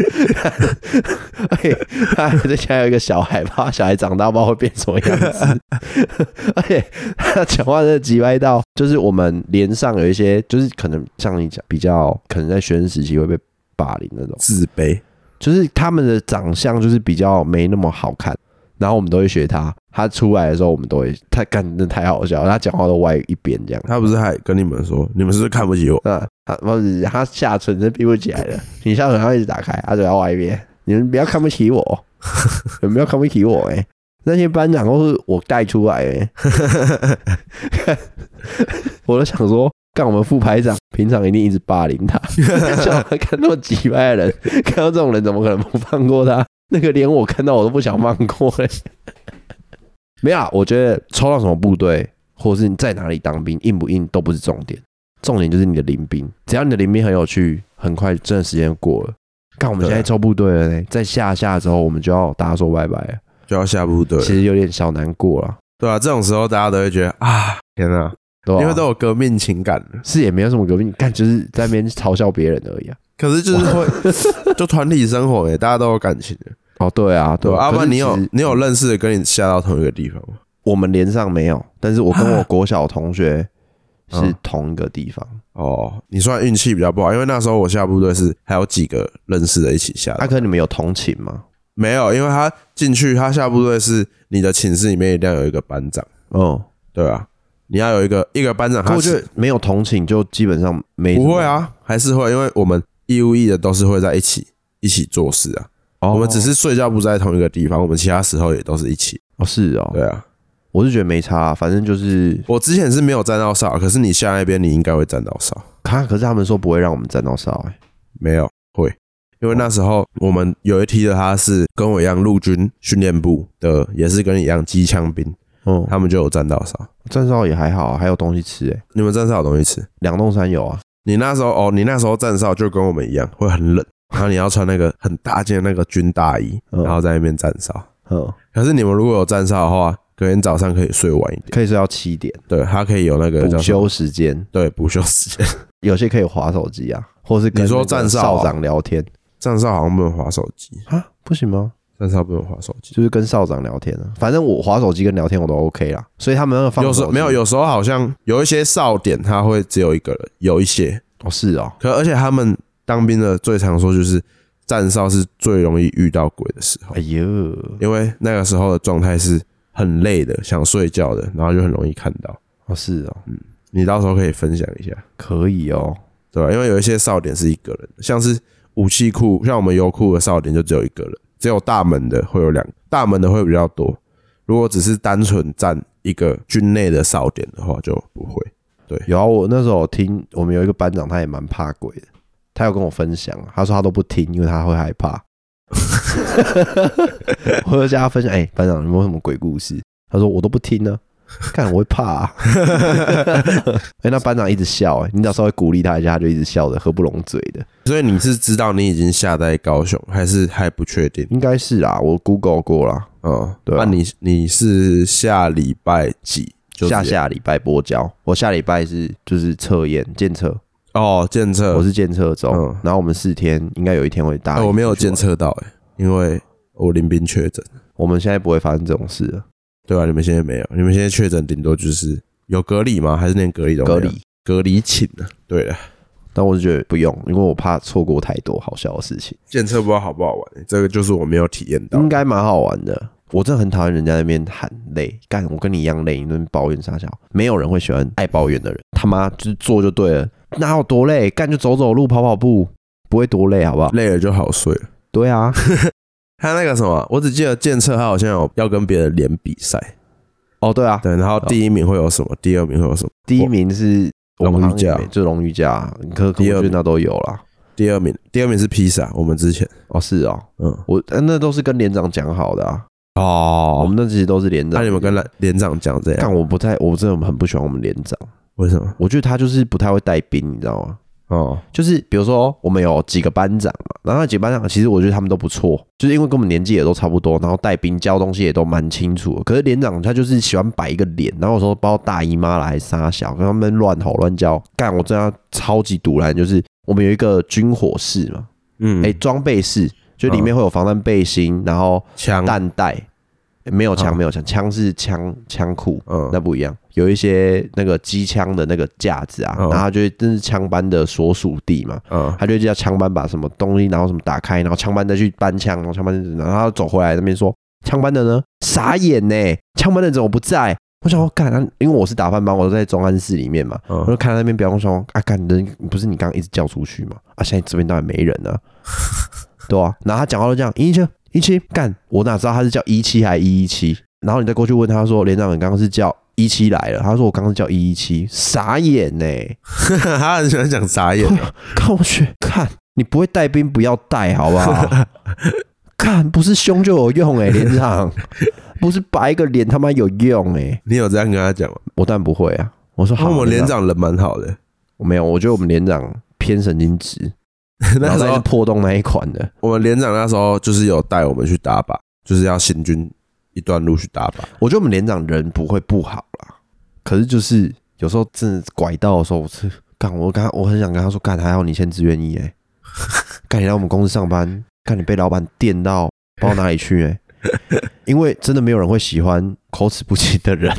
S1: 而且他还在家有一个小孩，怕小孩长大不知道会变什么样子。而且他讲话真的急歪到，就是我们连上有一些，就是可能像你讲，比较可能在学生时期会被霸凌那种。
S2: 自卑。
S1: 就是他们的长相就是比较没那么好看，然后我们都会学他。他出来的时候，我们都会他干真的太好笑了，他讲话都歪一边这样。
S2: 他不是还跟你们说，你们是不是看不起我？
S1: 啊，他不是他下唇是闭不起来的，你下唇要一直打开，他嘴要歪一边。你们不要看不起我， (laughs) 你们不要看不起我哎、那些班长都是我带出来
S2: (laughs)
S1: 的、我都想说，干我们副排长平常一定一直霸凌
S2: (laughs)
S1: 他，像我看那么几百人，看到这种人怎么可能不放过他？那个连我看到我都不想放过嘞、没有啊，我觉得抽到什么部队，或者是你在哪里当兵，硬不硬都不是重点，重点就是你的临兵。只要你的临兵很有趣，很快真的时间过了。看我们
S2: 对啊
S1: 现在抽部队了嘞，在下下之后我们就要大家说拜拜了，
S2: 就要下部队了，
S1: 其实有点小难过了，
S2: 对啊，这种时候大家都会觉得啊，天啊，
S1: 对吧？
S2: 因为都有革命情感了。
S1: 是也没有什么革命，干就是在那边嘲笑别人而
S2: (laughs)
S1: 已啊。
S2: 可是就是会，就团体生活欸诶，大家都有感情的，
S1: 哦，对啊，
S2: 对
S1: 对
S2: 吧？
S1: 啊，
S2: 阿
S1: 可是
S2: 曼，你有
S1: 其实
S2: 你有认识的跟你下到同一个地方吗？
S1: 我们连上没有，但是我跟我国小同学是
S2: 啊嗯
S1: 同一个地方。
S2: 哦，你算运气比较不好，因为那时候我下部队是还有几个认识的一起下的
S1: 那、，啊可你们有同寝吗？
S2: 啊没有，因为他进去他下部队是你的寝室里面一定要有一个班长，
S1: 嗯，
S2: 对吧？你要有一个一个班长，
S1: 啊可
S2: 他
S1: 我觉
S2: 是
S1: 得没有同寝就基本上没什么
S2: 不会，啊，还是会，因为我们义务役的都是会在一起一起做事啊。
S1: 哦
S2: 我们只是睡觉不在同一个地方，我们其他时候也都是一起。
S1: 哦是哦，
S2: 对啊，
S1: 我是觉得没差啊、反正就是
S2: 我之前是没有站到哨，可是你下那边你应该会站到哨。
S1: 看，啊可是他们说不会让我们站到哨、欸，
S2: 没有会，因为那时候我们有一梯的他是跟我一样陆军训练部的，也是跟你一样机枪兵，
S1: 嗯，
S2: 他们就有站到哨。
S1: 站哨也还好、啊，还有东西吃、欸，
S2: 你们站哨有东西吃？
S1: 两栋山有啊，
S2: 你那时候哦，你那时候站哨就跟我们一样，会很冷，然后你要穿那个很大件的那个军大衣，
S1: 嗯
S2: 然后在那边站哨。
S1: 嗯，
S2: 可是你们如果有站哨的话，隔天早上可以睡晚一点，
S1: 可以睡到七点，
S2: 对，它可以有那个叫
S1: 补
S2: 什么
S1: 休时间，
S2: 对补休时间。 (laughs)
S1: 有些可以划手机啊，或是跟
S2: 你说
S1: 那个
S2: 站哨啊
S1: 少长聊天
S2: 站哨好像不能划手机，
S1: 啊，不行吗？
S2: 站哨不能划手机。
S1: 就是跟少长聊天啊，反正我划手机跟聊天我都 OK 啦，所以他们那个放
S2: 有时
S1: 手
S2: 候
S1: 机
S2: 没有，有时候好像有一些哨点，它会只有一个人，有一些。
S1: 哦是哦，
S2: 可而且他们当兵的最常说就是站哨是最容易遇到鬼的时候
S1: 哎，呦，
S2: 因为那个时候的状态是很累的，想睡觉的，然后就很容易看到。
S1: 哦是哦，
S2: 你到时候可以分享一下，
S1: 可以哦，
S2: 对吧？因为有一些哨点是一个人的，像是武器库，像我们油库的哨点就只有一个人，只有大门的会有两个，大门的会比较多。如果只是单纯站一个军内的哨点的话，就不会。
S1: 有啊，我那时候有听我们有一个班长，他也蛮怕鬼的，他有跟我分享，啊他说他都不听，因为他会害怕。 (laughs) 我就叫他分享，哎、班长有没有什么鬼故事？他说我都不听呢、看我会怕、啊。 (laughs) 哎、那班长一直笑、哎，你只要稍微鼓励他一下，他就一直笑的合不拢嘴的。
S2: 所以你是知道你已经下在高雄，还是还不确定？
S1: 应该是啦，我 Google 过啦，
S2: 嗯，
S1: 对啊
S2: 那你你是下礼拜几？就直接啊
S1: 下下礼拜播交，我下礼拜是就是测验检测，
S2: 哦，监测
S1: 我，是检测周，
S2: 嗯
S1: 然后我们四天应该有一天会打、
S2: 哎我没有监
S1: 检，
S2: 测到哎、因为我临兵确诊，
S1: 我们现在不会发生这种事了，
S2: 对啊，你们现在没有，你们现在确诊顶多就是有隔离吗？还是连隔离都没有
S1: 隔离。
S2: 隔离寝呢、啊？对了，
S1: 但我就觉得不用，因为我怕错过太多好笑的事情，
S2: 监测不知道好不好玩、这个就是我没有体验到。
S1: 应该蛮好玩的。我真的很讨厌人家在那边喊累，干我跟你一样累，你在那边抱怨啥小，没有人会喜欢爱抱怨的人，他妈就是做就对了，哪有多累，干就走走路、跑跑步，不会多累，好不好？
S2: 累了就好睡了。
S1: 对
S2: (laughs)
S1: 啊，
S2: 他那个什么，我只记得监测他好像有要跟别人连比赛，
S1: 哦对啊，
S2: 对，然后第一名会有什么，第二名会有什么，
S1: 第一名是
S2: 荣誉
S1: 我们好像也
S2: 奖
S1: 没就荣誉奖，可可
S2: 第
S1: 我觉
S2: 二
S1: 得
S2: 名
S1: 那都有啦。
S2: 第二名，第二名是披萨，我们之前，
S1: 哦，是哦，
S2: 嗯，
S1: 我呃那都是跟连长讲好的啊，我
S2: 哦，
S1: 们那其实都是连
S2: 那
S1: 长。
S2: 你们跟连连长讲这样，
S1: 但我不太，我真的很不喜欢我们连长，
S2: 为什么？
S1: 我觉得他就是不太会带兵，你知道吗？
S2: 哦，
S1: 就是比如说我们有几个班长嘛，然后那几个班长其实我觉得他们都不错，就是因为跟我们年纪也都差不多，然后带兵教东西也都蛮清楚的。可是连长他就是喜欢摆一个脸，然后我说包大姨妈来杀小，跟他们乱吼乱叫，干我真的超级堵然。就是我们有一个军火室嘛，
S2: 嗯，
S1: 哎、装备室，就里面会有防弹背心，然后
S2: 枪，
S1: 弹带，诶没有枪，
S2: 嗯
S1: 没有枪，枪是枪枪库，
S2: 嗯
S1: 那不一样。有一些那个机枪的那个架子啊，
S2: 嗯
S1: 然后他就会真是枪班的所属地嘛，
S2: 嗯，
S1: 他就会叫枪班把什么东西，然后什么打开，然后枪班再去搬枪，然后枪班就然后他走回来那边说，枪班的呢傻眼呢、枪班的怎么不在？我想我干、啊，因为我是打饭班，我都在中安室里面嘛，我
S2: (laughs)
S1: 就
S2: 嗯，
S1: 看到那边表我说啊，干人不是你刚刚一直叫出去吗？啊，现在这边当然没人
S2: (laughs)
S1: 啊，对啊。然后他讲话都这样，一七一七干，我哪知道他是叫一七还一一七？然后你再过去问他说，连长你刚刚是叫一七来了？他说我刚刚叫一一七，傻眼呢、
S2: 他很喜欢讲傻眼，啊
S1: 看我去看，你不会带兵不要带好不好？看不是凶就有用哎、连长不是白个脸他妈有用哎、
S2: 你有这样跟他讲吗？
S1: 我当然不会啊。我说
S2: 那
S1: 好，
S2: 我们连
S1: 长
S2: 长人蛮好的， (laughs)
S1: 我没有，我觉得我们连长偏神经质。
S2: 那
S1: 然后
S2: 时
S1: 他是
S2: 候
S1: 破洞那一款的，
S2: 我们连长那时候就是有带我们去打靶，就是要行军一段路去打靶。
S1: 我觉得我们连长人不会不好啦，可是就是有时候真的拐到的时候，我是干，我刚我很想跟他说，干还好你先自愿意哎、干你来我们公司上班，干你被老板电到不知道哪里去哎、因为真的没有人会喜欢口齿不清的人。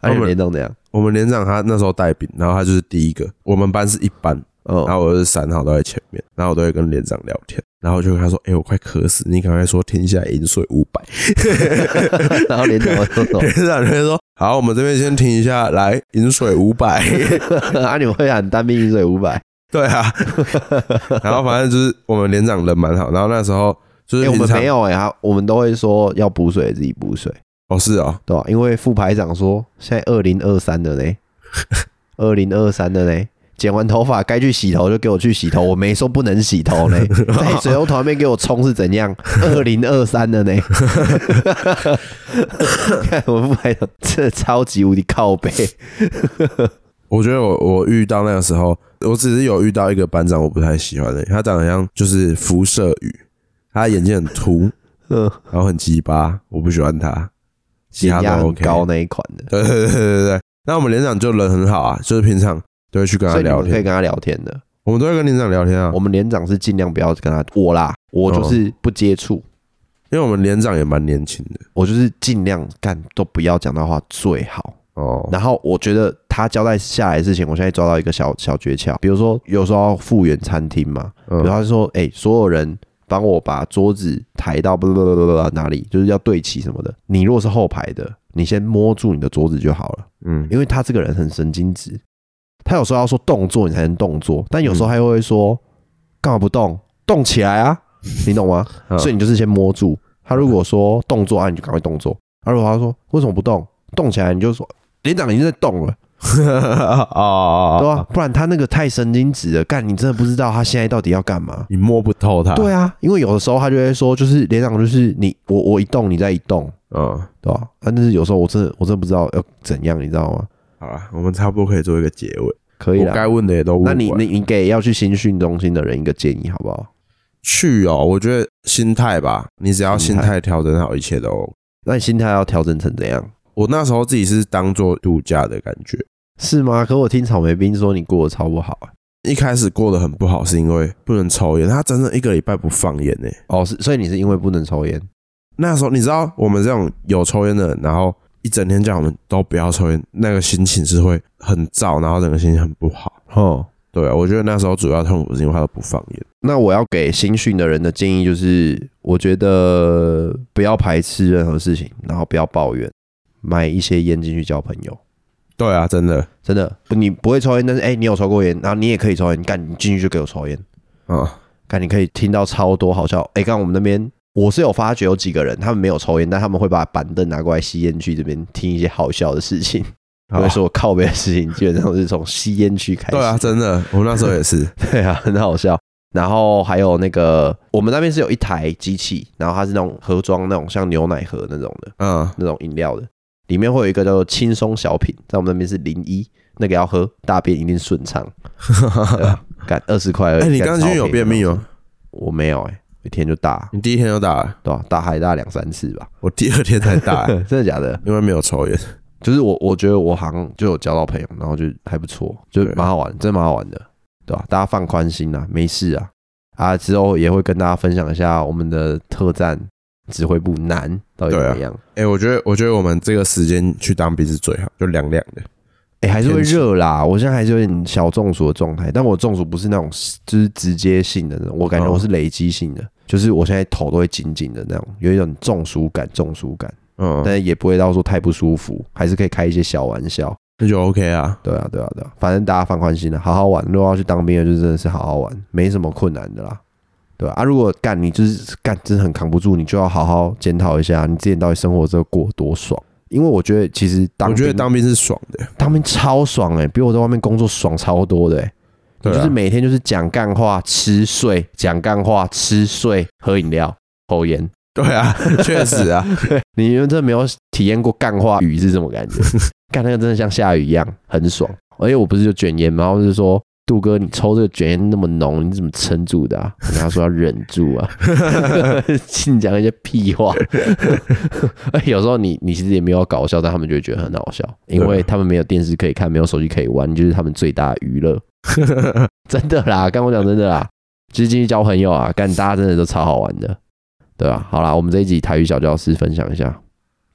S1: 而且连长怎样？
S2: 我们连长他那时候带兵，然后他就是第一个，我们班是一班，然
S1: 嗯，
S2: 后我是三号都在前面，然后我都会跟连长聊天，然后就跟他说：“哎、我快渴死，你赶快说天下饮水五百。
S1: 哦然后连长说什”
S2: (laughs) 连长就会说：“好，我们这边先停一下，来饮水五
S1: (laughs)
S2: 百。
S1: 么？啊，你们会喊单兵饮水五百？”
S2: 对
S1: (laughs)
S2: 啊，然后反正就是我们连长人蛮好，然后那时候就
S1: 哎、
S2: 是、
S1: 我们没有哎、他我们都会说要补水自己补水。
S2: 哦，是哦，
S1: 对吧、因为副排长说，现在二零二三的呢，
S2: (laughs)
S1: 二零二三的呢，剪完头发该去洗头就给我去洗头，我没说不能洗头呢，
S2: (laughs)
S1: 在水龙头旁边给我冲是怎样？二零二三的呢？
S2: (laughs)
S1: (laughs) 看我副排长真的超级无敌靠背，
S2: 我觉得我我遇到那个时候，我只是有遇到一个班长我不太喜欢的，他长得像就是辐射雨，他眼睛很凸，
S1: 嗯，
S2: 然后很鸡巴，我不喜欢他。其他
S1: 血
S2: 都
S1: 压很
S2: OK
S1: 高那一款的，
S2: 对对对对对对。那我们连长就人很好啊，就是平常都会去跟他
S1: 所以你
S2: 聊
S1: 们可
S2: 天
S1: 以，哦跟他聊天的。
S2: 我们都会跟连长聊天啊嗯
S1: 我，们连长是尽量不要跟他，我啦，我就是不接触，
S2: 因为我们连长也蛮年轻的
S1: 我就是尽量干都不要讲到话最好。
S2: 哦。
S1: 然后我觉得他交代下来的事情，我现在抓到一个小小诀窍，比如说有时候要复原餐厅嘛，
S2: 嗯
S1: 然后他就说，哎、所有人帮我把桌子抬到不不不不不哪里，就是要对齐什么的。你如果是后排的，你先摸住你的桌子就好了，
S2: 嗯，
S1: 因为他这个人很神经质，他有时候要说动作你才能动作，但有时候他又会说，干嘛不动，动起来啊，你懂 (laughs) 吗？
S2: 嗯
S1: 所以你就是先摸住。他如果说啊动作啊，你就赶快动作；而如果他说为什么不动，动起来你就说连长已经在动了，
S2: (laughs) 哦，
S1: 对啊，不然他那个太神经质了，干你真的不知道他现在到底要干嘛。
S2: 你摸不透他。
S1: (laughs) 对啊，因为有的时候他就会说，就是连长就是你我我一动你再一动，
S2: 嗯，
S1: 对吧、啊？但是有时候我真的我真的不知道要怎样，你知道吗？
S2: 好了，我们差不多可以做一个结尾。
S1: 可以
S2: 我该
S1: 啦，
S2: 问的也都问
S1: 那
S2: 完。
S1: 你你你给要去新训中心的人一个建议好不好？
S2: 去哦，我觉得心态吧，你只要
S1: 心
S2: 心
S1: 态
S2: 态调整好，一切都 OK。
S1: 那你心态要调整成怎样？
S2: 我那时候自己是当做度假的感觉，
S1: 是吗？可我听草莓兵说你过得超不好、啊。
S2: 一开始过得很不好，是因为不能抽烟，他整整一个礼拜不放烟呢、
S1: 哦，是，所以你是因为不能抽烟，
S2: 那时候你知道，我们这种有抽烟的人，然后一整天叫我们都不要抽烟，那个心情是会很燥，然后整个心情很不好。
S1: 哦，
S2: 对啊，我觉得那时候主要痛苦是因为他都不放烟。
S1: 那我要给新训的人的建议就是，我觉得不要排斥任何事情，然后不要抱怨，买一些烟进去交朋友。
S2: 对啊，真的
S1: 真的，不你不会抽烟，但是哎、你有抽过烟，然后你也可以抽烟，干你进去就给我抽烟，
S2: 啊、
S1: 干你可以听到超多好笑。哎、刚我们那边我是有发觉有几个人，他们没有抽烟，但他们会把板凳拿过来吸烟区这边听一些好笑的事情。
S2: (laughs) 好
S1: 我会说我靠背的事情，基本上是从吸烟区开始。(laughs)
S2: 对啊，真的，我那时候也是，
S1: 对啊，很好笑。然后还有那个，我们那边是有一台机器，然后它是那种盒装那种像牛奶盒那种的 (laughs)
S2: 嗯，
S1: 那种饮料的，里面会有一个叫做轻松小品，在我们那边是零一，那个要喝，大便一定顺畅，对吧？干二十块而已。
S2: 哎、你
S1: 干
S2: 刚进去有便秘？哦
S1: 超便宜
S2: 吗？
S1: 我没有哎、一天就大，
S2: 你第一天就打了，
S1: 对吧、大还大两三次吧， (laughs)
S2: 我第二天才打、
S1: 真的假的？
S2: 因为没有抽烟。
S1: 就是我我觉得我好像就有交到朋友，然后就还不错，就
S2: 对
S1: 蛮好玩，真的蛮好玩的，对吧、大家放宽心啦，没事啊。啊，之后也会跟大家分享一下我们的特战指挥部男到底怎么样。
S2: 哎、我觉得，我觉得我们这个时间去当兵是最好，就凉凉的。
S1: 哎、还是会
S2: 天气
S1: 热啦，我现在还是有点小中暑的状态，但我中暑不是那种就是直接性的那种，我感觉
S2: 哦
S1: 我是累积性的，就是我现在头都会紧紧的那种，有一种中暑感，中暑感，
S2: 嗯，
S1: 但也不会到说太不舒服，还是可以开一些小玩笑。
S2: 那就 OK 啊。
S1: 对啊，对啊，对啊，反正大家放宽心了，好好玩。如果要去当兵的，就真的是好好玩，没什么困难的啦。对啊，啊如果干你就是干，真的很扛不住，你就要好好检讨一下，你之前到底生活这个过多爽。因为我觉得其实当
S2: 我
S1: 兵
S2: 觉得当兵是爽的。
S1: 当兵超爽哎、比我在外面工作爽超多的、欸。
S2: 对、
S1: 就
S2: 啊
S1: 是，每天就是讲干话、吃睡、讲干话、吃睡、喝饮料、抽烟。
S2: 对啊，
S1: (laughs)
S2: 确实啊。
S1: 你们真的没有体验过干话雨是什么感觉？干那个真的像下雨一样，很爽。而且我不是就卷烟吗？然后就说杜哥，你抽这个卷烟那么浓，你怎么撑住的、啊？我跟他说要忍住啊，净讲一些屁话。 (laughs) 而且有时候你你其实也没有搞笑，但他们就会觉得很好笑，因为他们没有电视可以看，没有手机可以玩，你就是他们最大的娱乐。 (laughs) 真的啦，跟我讲真的啦，其实进去交朋友啊，干大家真的都超好玩的，对吧、好啦，我们这一集台语小教室分享一下，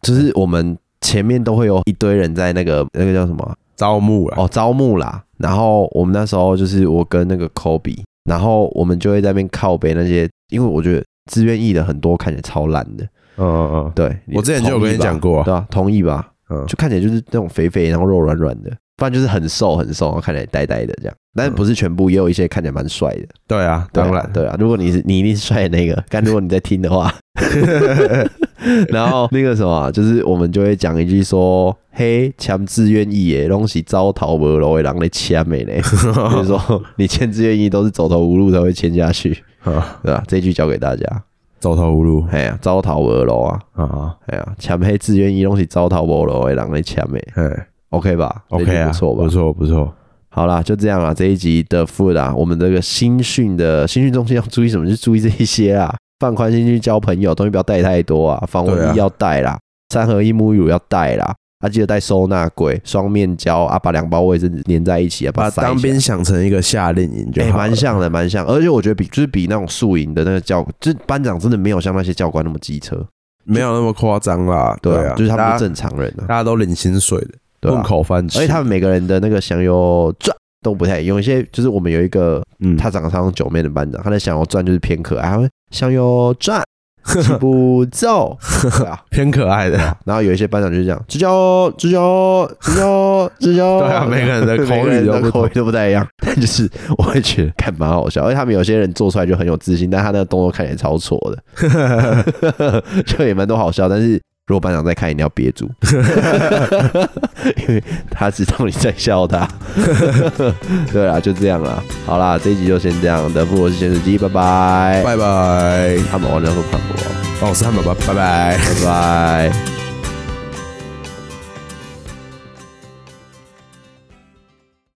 S1: 就是我们前面都会有一堆人在那个那个叫什么啊
S2: 招募啊，
S1: 哦招募啦，然后我们那时候就是我跟那个 Kobe，然后我们就会在那边靠北那些，因为我觉得自愿意的很多看起来超烂的，
S2: 嗯嗯
S1: 对
S2: 我之前就有跟你讲过啊
S1: 对啊，同意吧？
S2: 嗯，
S1: 就看起来就是那种肥肥，然后肉软软的，不然就是很瘦很瘦，然后看起来呆呆的这样。但是
S2: 嗯
S1: 不是全部，也有一些看起来蛮帅的。
S2: 对啊，
S1: 对啊
S2: 当然，
S1: 对啊。如果你是你一定是帅的那个，但如果你在听的
S2: (laughs)
S1: 话，然后那个什么啊，就是我们就会讲一句说：“嘿，签自愿意耶，东西招逃不楼的人来签的
S2: (laughs)
S1: 嘞。”就是说你签自愿意都是走投无路才会签下去，
S2: 啊，
S1: 对吧、这一句教给大家。
S2: 走投无路
S1: 哎呀，招逃不楼啊，
S2: 啊，
S1: 哎呀，签黑自愿意东西招逃不楼的人来签的
S2: 哎
S1: OK 吧这
S2: ，OK
S1: 句
S2: 啊，
S1: 不错吧
S2: 不？错不错。
S1: 好啦，就这样啦。这一集的 food 啊，我们这个新训的新训中心要注意什么？就注意这一些啊， (laughs) 放宽心去交朋友，东西不要带太多啊，防
S2: 对
S1: 蚊
S2: 啊
S1: 衣要带啦，三合一沐浴乳要带啦，啊，记得带收纳柜、双面胶啊，把两包卫生纸粘在一起啊，
S2: 把
S1: 它塞
S2: 当
S1: 起来
S2: 兵。想成一个夏令营就
S1: 哎，
S2: 好了
S1: 蛮、像的，蛮像，而且我觉得比就是比那种宿营的那个教，就是班长真的没有像那些教官那么机车，
S2: 没有那么夸张啦。
S1: 对啊，
S2: 啊，
S1: 就是他们
S2: 大
S1: 是
S2: 家
S1: 正常人啊
S2: 大，家都领薪水的，
S1: 对
S2: 混
S1: 啊，
S2: 口饭吃。
S1: 而且他们每个人的那个享有赚都不太一样，有一些就是我们有一个
S2: 嗯， (laughs)
S1: 他长得像九妹的班长，他的想要转就是偏可爱，他会想要
S2: (laughs)
S1: 转起步走，对啊。
S2: 偏可爱的。
S1: 然后有一些班长就是这样，直教直教直教直教，
S2: (laughs) 对啊，每个人的口
S1: (laughs) 每个人
S2: 语都不
S1: 的口
S2: 同
S1: 语。都不太一样，但就是我会觉得看蛮好笑，而且他们有些人做出 (laughs) 来就很有自信，但他那个动作看起来超挫的，就也蛮多好笑，但是如果班长在看，一定要憋住， (laughs) 因为他知道你在笑他。 (laughs) 对啊啦，就这样啦。好啦，这一集就先这样。德富，我是咸水鸡，拜拜。
S2: 拜拜。
S1: 他们玩的很蓬勃，
S2: 哦，我是汉堡包，拜拜。
S1: 拜拜。